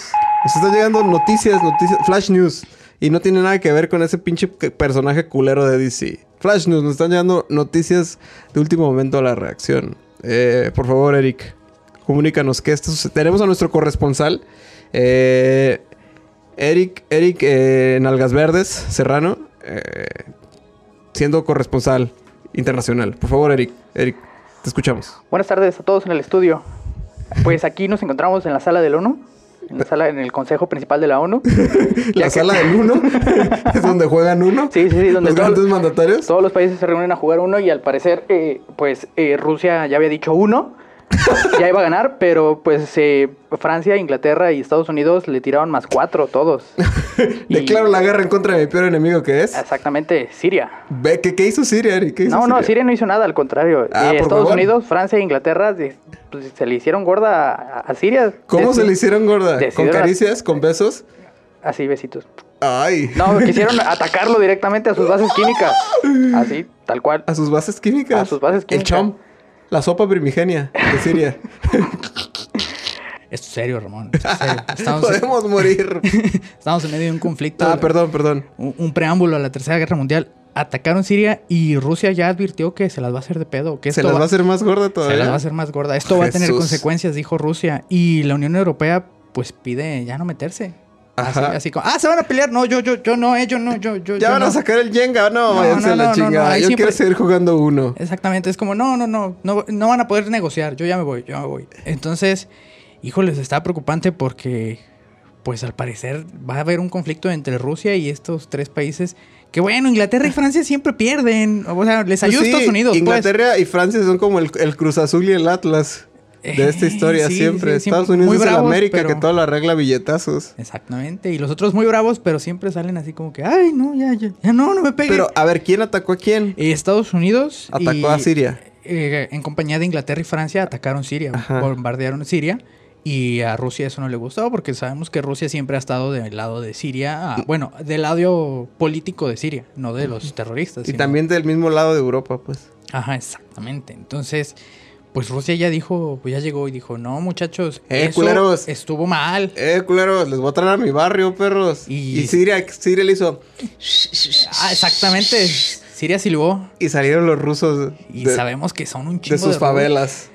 nos están llegando noticias, noticias, flash news. Y no tiene nada que ver con ese pinche que- personaje culero de DC. Flash news, nos están llegando noticias de último momento a la reacción. Eh, por favor, Eric, comunícanos qué está sucediendo. Tenemos a nuestro corresponsal, eh, Eric, Eric eh, Nalgas Verdes, Serrano. Eh, siendo corresponsal internacional. Por favor, Eric, Eric, te escuchamos.
<laughs>
Buenas tardes a todos en el estudio. Pues aquí nos encontramos en la sala del ONU
una sala en el Consejo Principal de la ONU.
La sala del uno <laughs> es donde juegan uno.
Sí, sí, sí, donde
los
todo-
grandes mandatarios.
Todos los países se reúnen a jugar uno y al parecer, eh, pues eh, Rusia ya había dicho uno, ya iba a ganar, pero pues eh, Francia, Inglaterra y Estados Unidos le tiraron más cuatro todos. Y-
Declaro la guerra en contra de mi peor enemigo que es.
Exactamente, Siria.
Ve, ¿Qué, qué hizo Siria, Eric? ¿Qué hizo
No, no, Siria no hizo nada, al contrario. Eh,
Ah, por
Estados
favor.
Unidos, Francia e Inglaterra eh, pues, se le hicieron gorda a, a Siria.
¿Cómo
Des-
se le hicieron gorda? ¿Con
decidieron-
caricias? ¿Con besos?
Así, besitos.
Ay.
No,
<laughs>
quisieron atacarlo directamente a sus bases químicas. Así, tal cual.
A sus bases químicas.
A sus bases
El
químicas.
chom. La sopa primigenia de Siria.
Es serio, Ramón. es
<laughs>
serio. <laughs> Estamos, <laughs>
Podemos morir.
estamos en medio de un conflicto.
Ah, perdón, perdón.
un, un preámbulo a la Tercera Guerra Mundial. Atacaron Siria y Rusia ya advirtió que se las va a hacer de pedo. Que
Se
esto
las va a
va-
hacer más gorda todavía.
se las va a hacer más gorda. Esto va a tener
Jesús.
consecuencias, dijo Rusia. Y la Unión Europea, pues pide ya no meterse. Así,
Ajá.
así como, ah, se van a pelear. No, yo, yo, yo no, eh, yo no, yo, yo.
Ya
yo
van
no".
a sacar el Jenga. No,
No,
váyanse
no,
a la
no, no,
chingada.
no, ahí Eh,
Yo
siempre-
quiero seguir jugando uno.
Exactamente, es como, no, no, no, no, no van a poder negociar, yo ya me voy, yo me voy. Entonces, híjoles, está preocupante porque, pues al parecer va a haber un conflicto entre Rusia y estos tres países, que bueno, Inglaterra y Francia siempre pierden, o sea, les ayuda
Pues sí,
Estados Unidos, pues.
Inglaterra y Francia son como el, el Cruz Azul y el Atlas de esta
Eh,
historia
sí,
siempre.
sí, sí,
Estados
muy
Unidos es el
bravos,
América
pero-
que todo lo arregla billetazos.
Exactamente, y los otros muy bravos, pero siempre salen así como que, ay, no, ya, ya, ya no, no me peguen.
Pero a ver, ¿quién atacó a quién?
Eh, Estados Unidos
Atacó
y-
a Siria.
eh, en compañía de Inglaterra y Francia atacaron Siria,
Ajá.
bombardearon Siria y a Rusia eso no le gustó porque sabemos que Rusia siempre ha estado del lado de Siria, ah, bueno, del lado político de Siria, no de los terroristas.
Y
sino-
también del mismo lado de Europa, pues.
Ajá, exactamente. Entonces, pues Rusia ya dijo, pues ya llegó y dijo, no muchachos,
Eh,
eso
culeros.
estuvo mal.
Eh, culeros, les voy a traer a mi barrio, perros. Y,
Y-
Siria, Siria le hizo.
Ah, exactamente. Siria silbó
Y salieron los rusos
y
de,
sabemos que son un chingo
de sus
rudos.
favelas.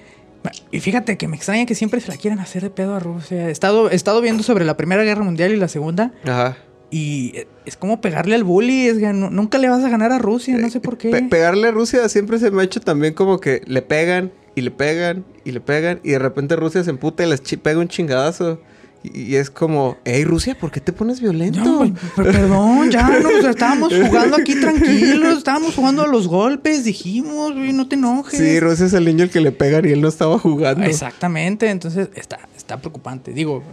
Y fíjate que me extraña que siempre se la quieran hacer de pedo a Rusia. He estado, he estado viendo sobre la Primera Guerra Mundial y la Segunda.
Ajá.
Y eh, es como pegarle al bully. es que nu- nunca le vas a ganar a Rusia, no sé por qué.
Pe- pegarle a Rusia siempre se me ha hecho también como que le pegan y le pegan y le pegan y de repente Rusia se emputa y les chi- pega un chingadazo. Y, y es como, hey Rusia, ¿por qué te pones violento?
No, pues, per- perdón, ya no, o sea,
<laughs>
estábamos jugando aquí tranquilos, estábamos jugando a los golpes, dijimos, güey, no te enojes.
sí, Rusia es el niño al que le pegan y él no estaba jugando.
Exactamente, entonces está, está preocupante. Digo,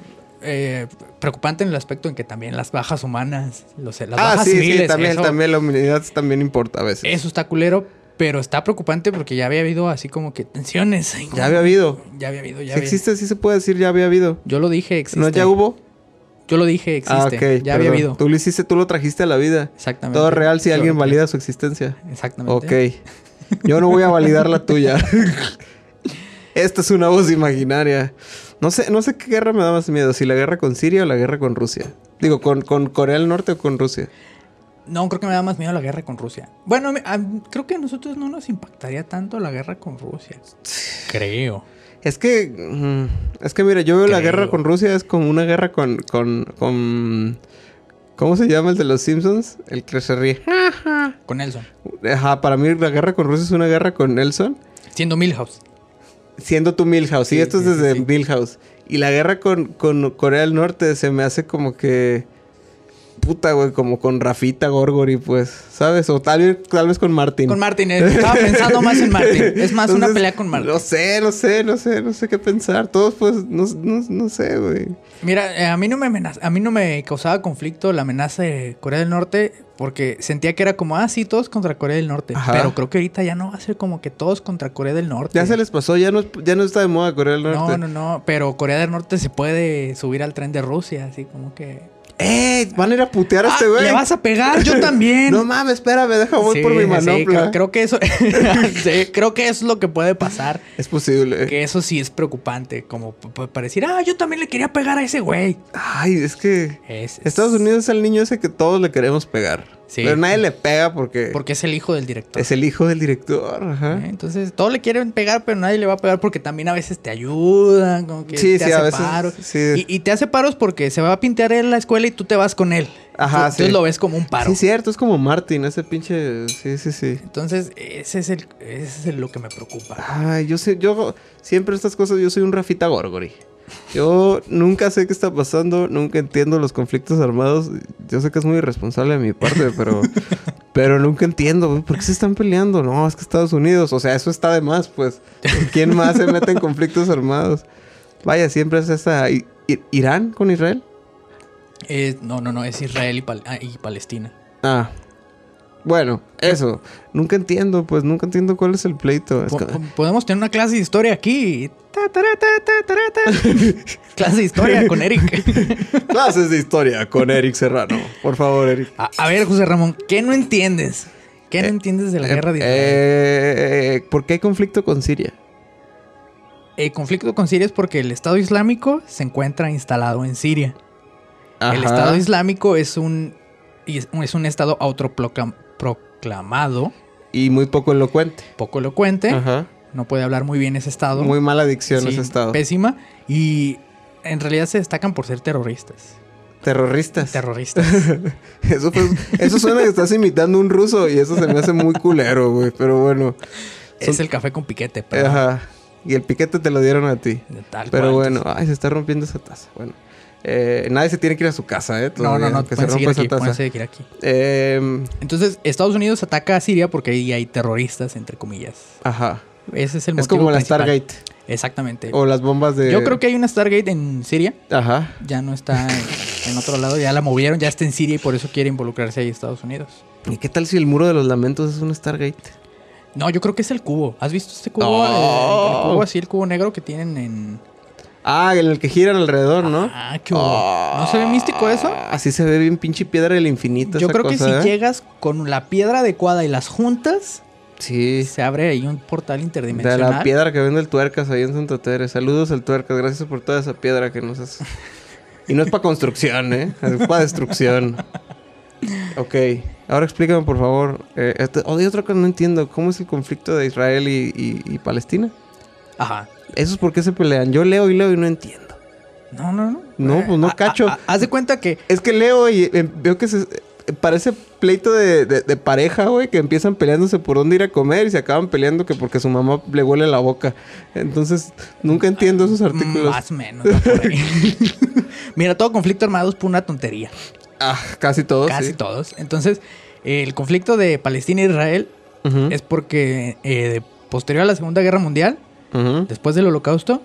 eh, preocupante en el aspecto en que también las bajas humanas, los, las
Ah,
bajas
sí,
civiles,
sí, también,
eso-
también la humanidad también importa a veces.
Eso está culero, pero está preocupante porque ya había habido así como que tensiones. Ay,
Ya había habido.
Ya había habido, ya
si
había.
existe, sí se puede decir, ya había habido.
Yo lo dije, existe.
¿No ya hubo?
Yo lo dije, existe.
Ah, ok.
ya había
perdón.
habido.
Tú lo hiciste, tú lo trajiste a la vida.
Exactamente.
Todo real si
Yo
alguien
lo-
valida su existencia.
Exactamente.
Ok. Yo no voy a validar la tuya. <laughs> Esta es una voz imaginaria. No sé, no sé qué guerra me da más miedo, si la guerra con Siria o la guerra con Rusia. Digo, con, con Corea del Norte o con Rusia.
No, creo que me da más miedo la guerra con Rusia. Bueno, a mí- a mí- creo que a nosotros no nos impactaría tanto la guerra con Rusia. Creo.
Es que. mm, Es que mira, yo veo la
Creo.
guerra con Rusia, es como una guerra con. con. con. ¿Cómo se llama el de los Simpsons? El que se ríe.
Con Nelson.
Ajá, para mí la guerra con Rusia es una guerra con Nelson.
Siendo Milhouse.
siendo tu Milhouse. Sí,
Sí,
esto
sí,
es
sí,
desde
sí.
Milhouse. Y la guerra con, con Corea del Norte se me hace como que. Puta, güey, como con Rafita Gorgori, pues, ¿sabes? O tal vez, tal vez con Martin.
Con Martin. eh, Estaba pensando más en Martin. Es más, una
Entonces,
pelea con Martin.
No sé, no sé, no sé, no sé qué pensar. Todos, pues, no, no, no sé, güey.
Mira, eh, a mí no me amenaz- a mí no me causaba conflicto la amenaza de Corea del Norte porque sentía que era como, ah, sí, todos contra Corea del Norte.
Ajá.
Pero creo que ahorita ya no va a ser como que todos contra Corea del Norte.
Ya se les pasó, ya no, es- ya no está de moda Corea del Norte.
No, no, no, pero Corea del Norte se puede subir al tren de Rusia, así como que...
¡Eh! Van a ir a putear a este
"Ah,
güey.
le vas a pegar,
<laughs>
yo también.
No mames, espérame, deja, voy
Sí,
por mi
sí,
manopla.
creo, creo que eso... <laughs> sí, creo que eso es lo que puede pasar.
Es posible.
Que eso sí es preocupante, como p- p- para decir, ah, yo también le quería pegar a ese güey.
Ay, es que.
Es- es-
Estados Unidos es el niño ese que todos le queremos pegar.
Sí.
Pero nadie le pega porque,
Porque es el hijo del director.
es el hijo del director. Ajá.
¿Eh? Entonces, todos le quieren pegar, pero nadie le va a pegar porque también a veces te ayudan, como que
Sí,
te
sí,
hace
a veces,
paros.
sí.
Y, y te hace paros porque se va a pintar en la escuela y tú te vas con él.
Ajá,
Tú-
sí.
Entonces lo ves como un paro.
Sí, es cierto, es como Martin, ese pinche. Sí, sí, sí.
Entonces, ese es, el, ese es el- lo que me preocupa.
Ay, yo sé, yo siempre estas cosas, yo soy un Rafita Gorgori. Yo nunca sé qué está pasando, nunca entiendo los conflictos armados. Yo sé que es muy irresponsable de mi parte, pero, pero nunca entiendo. ¿Por qué se están peleando? No, es que Estados Unidos. O sea, eso está de más, pues. ¿Quién más se mete en conflictos armados? Vaya, siempre es esa... ¿I- I- ¿Irán con Israel?
Eh, no, no, no, es Israel y, Pal- ah, y Palestina.
Ah. Bueno, eso. Nunca entiendo, pues nunca entiendo cuál es el pleito. Es
Po-
co-
po- podemos tener una clase de historia aquí. Ta, tara, ta, ta, tara,
<laughs>
ta. clase de historia con Eric.
<laughs> Clases de historia con Eric Serrano. Por favor, Eric.
A, a ver, José Ramón, ¿qué no entiendes? ¿Qué no
Eh,
entiendes de la guerra de Israel?
Eh, eh, ¿Por qué hay conflicto con Siria?
El conflicto con Siria es porque el Estado Islámico se encuentra instalado en Siria. El
Ajá.
Estado Islámico es un, is- es un Estado autoproclamado,
Y muy poco elocuente.
poco elocuente.
Ajá.
No puede hablar muy bien ese Estado.
Muy mala adicción
Sí,
ese estado.
Pésima. Y en realidad se destacan por ser
<laughs>
terroristas.
Terroristas.
Terroristas.
<laughs> eso, fue- eso suena que estás imitando un ruso y eso se me hace muy culero, güey. Pero bueno.
es el café con piquete, pero
Ajá. Y el piquete te lo dieron a ti.
tal
Pero
cual.
bueno, ay, se está rompiendo esa taza. Bueno, eh, nadie se tiene que ir a su casa, ¿eh?
No, no,
Todavía,
no,
que se
pueden seguir
rompa esa
aquí, pueden
taza.
seguir aquí.
Eh,
Entonces, Estados Unidos ataca a Siria porque ahí hay terroristas, entre comillas.
ajá.
Ese es el
Es
motivo
como la
principal.
Stargate.
Exactamente.
O las bombas de.
Yo creo que hay una Stargate en Siria.
Ajá.
Ya no está en, en otro lado, ya la movieron, ya está en Siria y por eso quiere involucrarse ahí Estados Unidos.
¿Y qué tal si el muro de los lamentos es un Stargate?
No, yo creo que es el cubo. ¿Has visto este cubo?
No.
El, el cubo así, el cubo negro que tienen en...
Ah, en el que giran alrededor, ¿no? Ah,
Ah, qué horror. ¿No se ve místico eso?
Así se ve bien pinche piedra del infinito.
Yo
esa
creo que si
cosa, ¿eh?
llegas con la piedra adecuada y las juntas, eh,
Sí.
se abre ahí un portal
De
interdimensional.
la piedra que vende el tuercas ahí en Santa Teresa. Saludos al tuercas, gracias por toda esa piedra que nos has... Y no es para construcción, ¿eh? Es para destrucción. Ok, ahora explícame por favor. Eh, este- oh, y otra cosa no entiendo. ¿Cómo es el conflicto de Israel y, y- y Palestina?
Ajá.
¿Eso es por qué se pelean? Yo leo y leo y no entiendo.
No, no, no.
No, pues no
A- a-
cacho.
a- haz de cuenta que...
Es que leo y eh, veo que se... eh, Parece pleito de, de- de pareja, güey, que empiezan peleándose por dónde ir a comer y se acaban peleando que porque su mamá le huele la boca. Entonces, nunca entiendo esos artículos.
Más o menos. va por
<laughs>
ahí. Mira, todo conflicto armado es por una tontería.
Ah, casi todos.
casi
sí.
todos. Entonces, el conflicto de Palestina e Israel
Ujú,
es porque eh, de- posterior a la Segunda Guerra Mundial,
ujú.
después del Holocausto,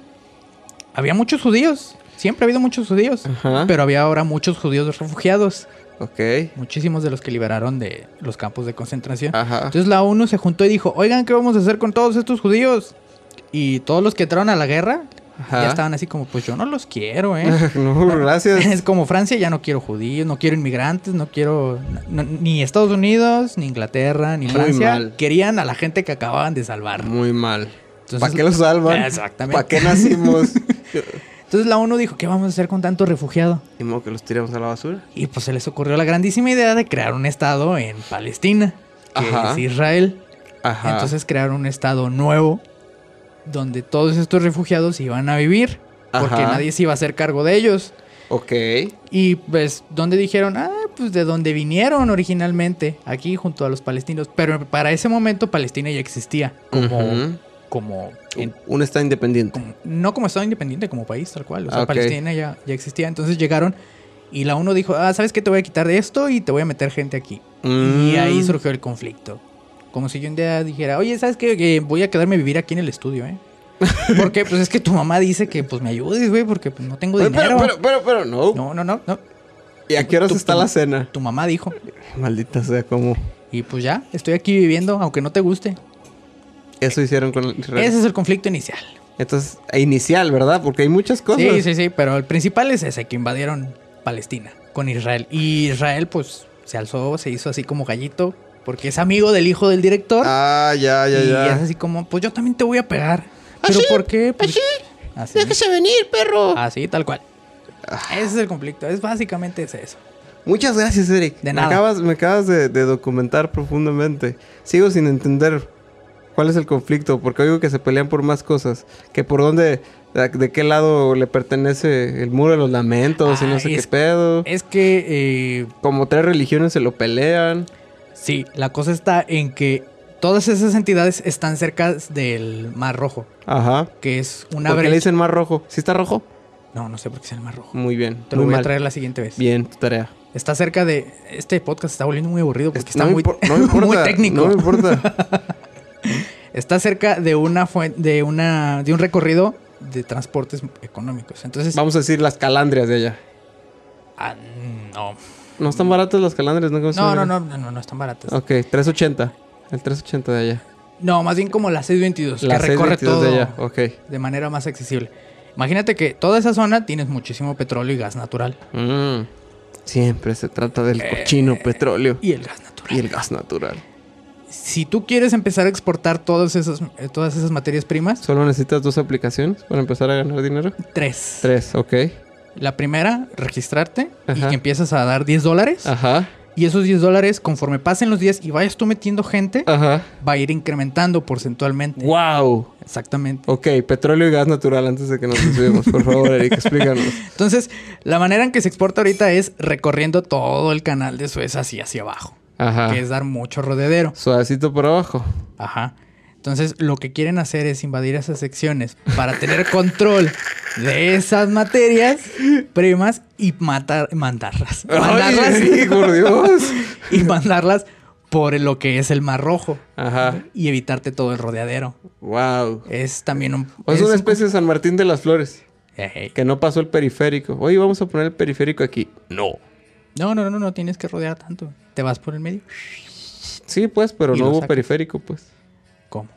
había muchos judíos. Siempre ha habido muchos judíos.
Ajá.
Pero había ahora muchos judíos refugiados.
Ok.
Muchísimos de los que liberaron de los campos de concentración.
Ajá.
Entonces la ONU se juntó y dijo, oigan, ¿qué vamos a hacer con todos estos judíos? Y todos los que entraron a la guerra
Ajá.
ya estaban así como, pues yo no los quiero, ¿eh?
<laughs>
<laughs>
no, gracias.
Es como Francia, ya no quiero judíos, no quiero inmigrantes, no quiero no- ni Estados Unidos, ni Inglaterra, ni
Muy
Francia.
mal.
Querían a la gente que acababan de salvar.
Muy mal.
Entonces-
¿Para qué los salvan?
Exactamente.
¿Para
<laughs>
qué nacimos? Yo-
Entonces la ONU dijo, ¿qué vamos a hacer con tanto refugiado?
Ni modo que los tiramos a la basura.
Y pues se les ocurrió la grandísima idea de crear un estado en Palestina, que
Ajá.
es Israel.
Ajá.
Entonces crearon un estado nuevo donde todos estos refugiados iban a vivir, porque
Ajá.
nadie se iba a hacer cargo de ellos.
Ok.
Y pues, donde dijeron? Ah, pues de donde vinieron originalmente, aquí junto a los palestinos. Pero para ese momento Palestina ya existía como,
Ujú.
como, en-
Uno está independiente.
como- no como Estado independiente, como país, tal cual. O sea,
Ah, ok.
Palestina ya, ya existía. Entonces llegaron y la uno dijo, ah, ¿sabes qué? Te voy a quitar de esto y te voy a meter gente aquí. Y
Mm.
ahí surgió el conflicto. Como si yo un día dijera, oye, ¿sabes qué? Que voy a quedarme a vivir aquí en el estudio, ¿eh? Porque, pues es que tu mamá dice que pues me ayudes, güey, porque pues, no tengo
Oye,
dinero.
Pero, pero, pero, pero, no.
No, no, no, no.
¿Y a qué horas
Tú-
está
tú-
la cena?
Tu mamá dijo.
Maldita sea, como
Y pues ya, estoy aquí viviendo, aunque no te guste.
eso hicieron con Israel.
Ese es el conflicto inicial.
Entonces, e inicial, ¿verdad? Porque hay muchas cosas.
Sí, sí, sí, pero el principal es ese, que invadieron Palestina con Israel. Y Israel pues se alzó, se hizo así como gallito, porque es amigo del hijo del director.
Ah, ya, ya,
y
ya. ¿Ah,
es así como, pues yo también te voy a pegar. ¿Pero por qué? Pues, así,
venir, perro.
así, tal cual.
Ah.
Ese es el conflicto, es básicamente es eso.
Muchas gracias, Eric.
De nada.
Me acabas, me acabas de, de documentar profundamente. Sigo sin entender cuál es el conflicto, porque oigo que se pelean por más cosas, que por dónde, de, de qué lado le pertenece el muro de los lamentos y
Ah,
no sé
es-
qué pedo.
Es que eh,
Como tres religiones se lo pelean.
Sí, la cosa está en que todas esas entidades están cerca del Mar Rojo,
Ajá.
que es una
¿Por qué le
brecha.
dicen más rojo? ¿Sí está rojo?
No, no sé por qué es el más rojo.
Muy bien.
Te lo
muy
voy a
mal.
traer la siguiente vez.
Bien, tu tarea.
Está cerca de. Este podcast está volviendo muy aburrido porque
Es-
está
no me
muy,
impor-
<laughs>
no me
muy
importa,
técnico.
No
<laughs>
me importa.
Está cerca de una fuen- de una de un recorrido de transportes económicos. Entonces,
Vamos a decir las calandrias de allá.
ah, no.
No están baratas las calandrias, ¿no? ¿Cómo se
No, no,
llaman?
no, no, no, no están baratas.
Ok, 380. El 380 de allá.
No, más bien como la 622
La
que recorre
622
todo
de
de,
allá. Ok.
manera más accesible. Imagínate que toda esa zona tienes muchísimo petróleo y gas natural
Mm. Siempre se trata
Eh.
del cochino petróleo
y el gas natural.
y el gas natural.
Si tú quieres empezar a exportar todas esas eh, todas esas materias primas,
Solo necesitas dos aplicaciones para empezar a ganar dinero.
tres.
Tres, ok.
La primera, registrarte y
Ajá.
que empiezas a dar 10 dólares.
Ajá,
Y esos 10 dólares, conforme pasen los días y vayas tú metiendo gente,
ajá.
va a ir incrementando porcentualmente.
¡Wow!
Exactamente.
Ok, petróleo y gas natural antes de que nos desviemos. Por favor, Eric, explícanos.
<laughs> Entonces, la manera en que se exporta ahorita es recorriendo todo el canal de Suez así hacia abajo,
Ajá.
que es dar mucho rodedero.
Suavecito por abajo.
Ajá. Entonces, lo que quieren hacer es invadir esas secciones para
<laughs>
tener control de esas materias primas y matar, mandarlas. Mandarlas
¡Ay,
<laughs>
Eric, por Dios!
y mandarlas por lo que es el mar rojo
Ajá.
y evitarte todo el rodeadero.
¡Wow!
Es también un...
O es
es
una
un-
especie de San Martín de las Flores
Ey.
que no pasó el periférico. Oye, vamos a poner el periférico aquí. No.
No, no, no, no tienes que rodear tanto. Te vas por el medio.
Sí, pues, pero
Y
no
lo
hubo
saca.
periférico, pues.
¿Cómo?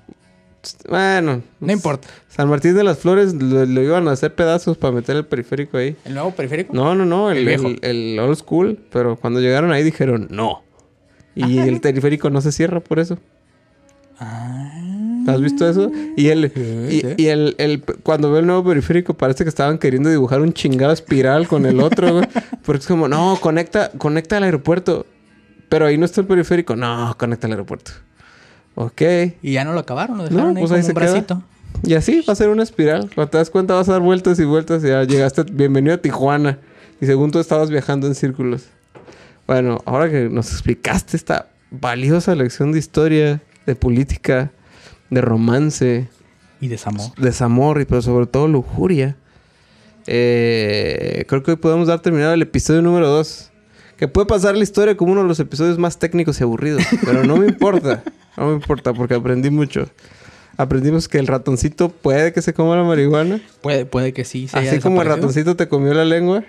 Bueno.
No importa.
San Martín de las Flores lo, lo iban a hacer pedazos para meter el periférico ahí.
¿El nuevo periférico?
No, no, no, el,
El viejo.
el- el old school, pero cuando llegaron ahí dijeron no.
<laughs>
Y el periférico no se cierra por eso.
Ah.
¿Has visto eso? Y el, y,
sí.
y el, el- cuando veo el nuevo periférico parece que estaban queriendo dibujar un chingado espiral con el otro, güey. Porque es como, no, conecta, conecta al aeropuerto. Pero ahí no está el periférico. No, conecta al aeropuerto. Ok.
Y ya no lo acabaron, lo dejaron ahí
pues
como
ahí
un
se queda.
bracito.
Y así va a ser una espiral. Cuando te das cuenta vas a dar vueltas y vueltas y ya llegaste. Bienvenido a Tijuana. Y según tú estabas viajando en círculos. Bueno, ahora que nos explicaste esta valiosa lección de historia, de política, de romance,
Y desamor.
desamor y pero sobre todo lujuria. eh, creo que hoy podemos dar terminado el episodio número 2. Que puede pasar la historia como uno de los episodios más técnicos y aburridos. <laughs> Pero no me importa. No me importa porque aprendí mucho. Aprendimos que el ratoncito puede que se coma la marihuana.
Puede, puede que sí. se haya
así como el
desaparecido.
ratoncito te comió la lengua.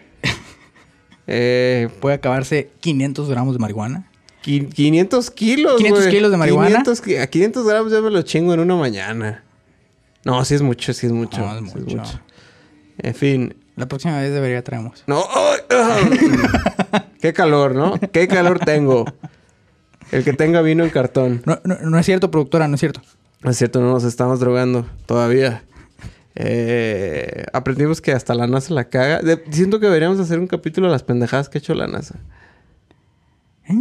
Eh,
Puede acabarse 500 gramos de marihuana.
qui- 500 kilos,
500
güey.
kilos de marihuana.
500 ki- a 500 gramos ya me lo chingo en una mañana. No, sí es mucho, sí es mucho.
No, es
sí
mucho.
En fin,
La próxima vez debería traemos.
No. ¡ay! ¡Ah! Qué calor, ¿no? Qué calor tengo. El que tenga vino en cartón.
No, no, no es cierto, productora, no es cierto.
No es cierto, no nos estamos drogando todavía. Eh, aprendimos que hasta la NASA la caga. De- siento que deberíamos hacer un capítulo de las pendejadas que ha hecho la NASA.
¿Eh?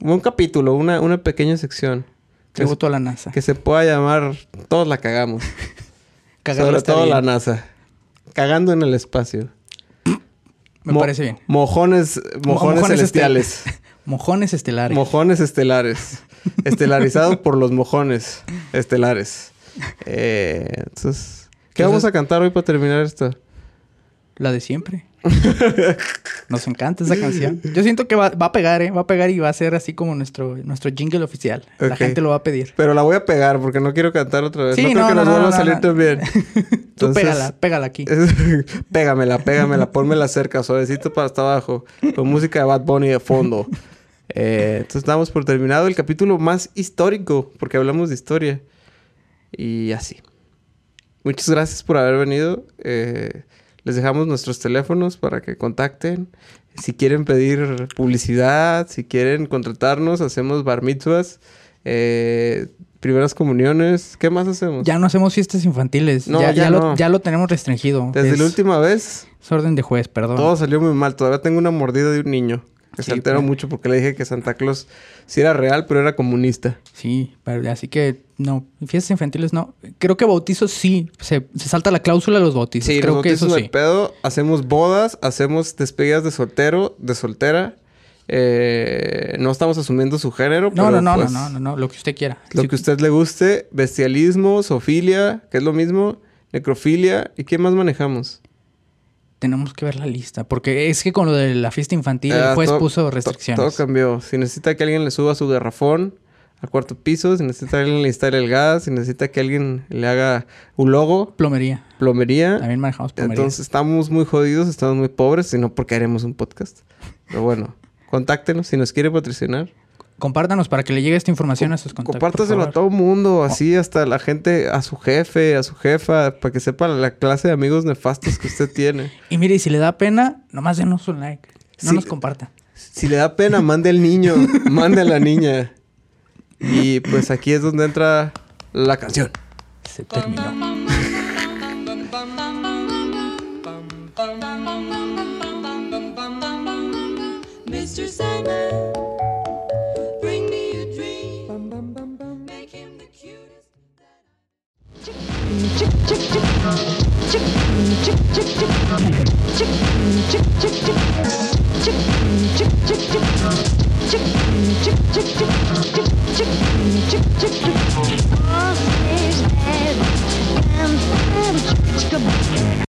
Un capítulo, una, una pequeña sección. Que,
Tributo a la NASA.
se- que se pueda llamar Todos la cagamos.
Cagarla
Sobre
está
todo
bien.
la NASA. Cagando en el espacio.
Me
Mo-
parece bien.
Mojones, mojones,
Mojones
celestiales.
estel- <laughs> Mojones estelares. <laughs>
Mojones estelares. Estelarizados por los mojones estelares. Eh, entonces, ¿qué
Entonces-
vamos a cantar hoy para terminar esto?
La de siempre. Nos encanta esa canción. Yo siento que va, va a pegar, ¿eh? Va a pegar y va a ser así como nuestro, nuestro jingle oficial. La
Ok.
gente lo va a pedir.
Pero la voy a pegar porque no quiero cantar otra vez.
Sí,
no creo
no,
que
no,
nos
no,
vuelva
no,
a salir
no.
tan bien.
<laughs> Tú
Entonces-
pégala, pégala aquí.
<laughs> pégamela, pégamela, pónmela cerca, suavecito para hasta abajo, con música de Bad Bunny de fondo. Eh, entonces damos por terminado el capítulo más histórico, porque hablamos de historia. Y así. Muchas gracias por haber venido. Eh, les dejamos nuestros teléfonos para que contacten. Si quieren pedir publicidad, si quieren contratarnos, hacemos bar mitzvahs, eh, primeras comuniones. ¿Qué más hacemos?
Ya no hacemos fiestas infantiles.
No,
ya,
ya
ya
no.
Lo, ya lo tenemos restringido.
Desde
Es-
la última vez
Es orden de juez, perdón.
Todo salió muy mal. Todavía tengo una mordida de un niño. Que se
Sí,
alteró
pues.
mucho porque le dije que Santa Claus sí era real, pero era comunista.
Sí, pero- así que no. Fiestas infantiles no. Creo que bautizos sí. Se, se salta la cláusula de los bautizos.
Sí,
Creo que eso
de
sí.
pedo. Hacemos bodas, hacemos despedidas de soltero, de soltera. Eh, no estamos asumiendo su género.
No, no,
pero,
no,
pues,
no, no, no, no, Lo que usted quiera.
Lo
Sí,
que a usted le guste, bestialismo, sofilia, que es lo mismo, necrofilia. ¿Y qué más manejamos?
Tenemos que ver la lista. Porque es que con lo de la fiesta infantil, el
Ah,
juez
todo-
puso
Todo
restricciones.
cambió. Si necesita que alguien le suba su garrafón al cuarto piso, si necesita que alguien le instale el gas, si necesita que alguien le haga un logo,
Plomería.
plomería.
También manejamos plomería.
Entonces estamos muy jodidos, estamos muy pobres, si no, porque haremos un podcast. Pero bueno, contáctenos si nos quiere patrocinar.
Compártanos para que le llegue esta información a sus contactos. por
Compártaselo a
favor. Oh.
todo mundo, así hasta la gente, a su jefe, a su jefa, para que sepa la clase de amigos nefastos que usted tiene.
Y mire, y si le da pena, nomás denos un like. No
Sí.
nos compartan.
Si le da pena, mande al niño, mande a la niña. Y pues aquí es donde entra la canción.
Se terminó.
Mr. Sandman, bring me a dream. Make him the cutest.
All stays there, and I'm a chicken.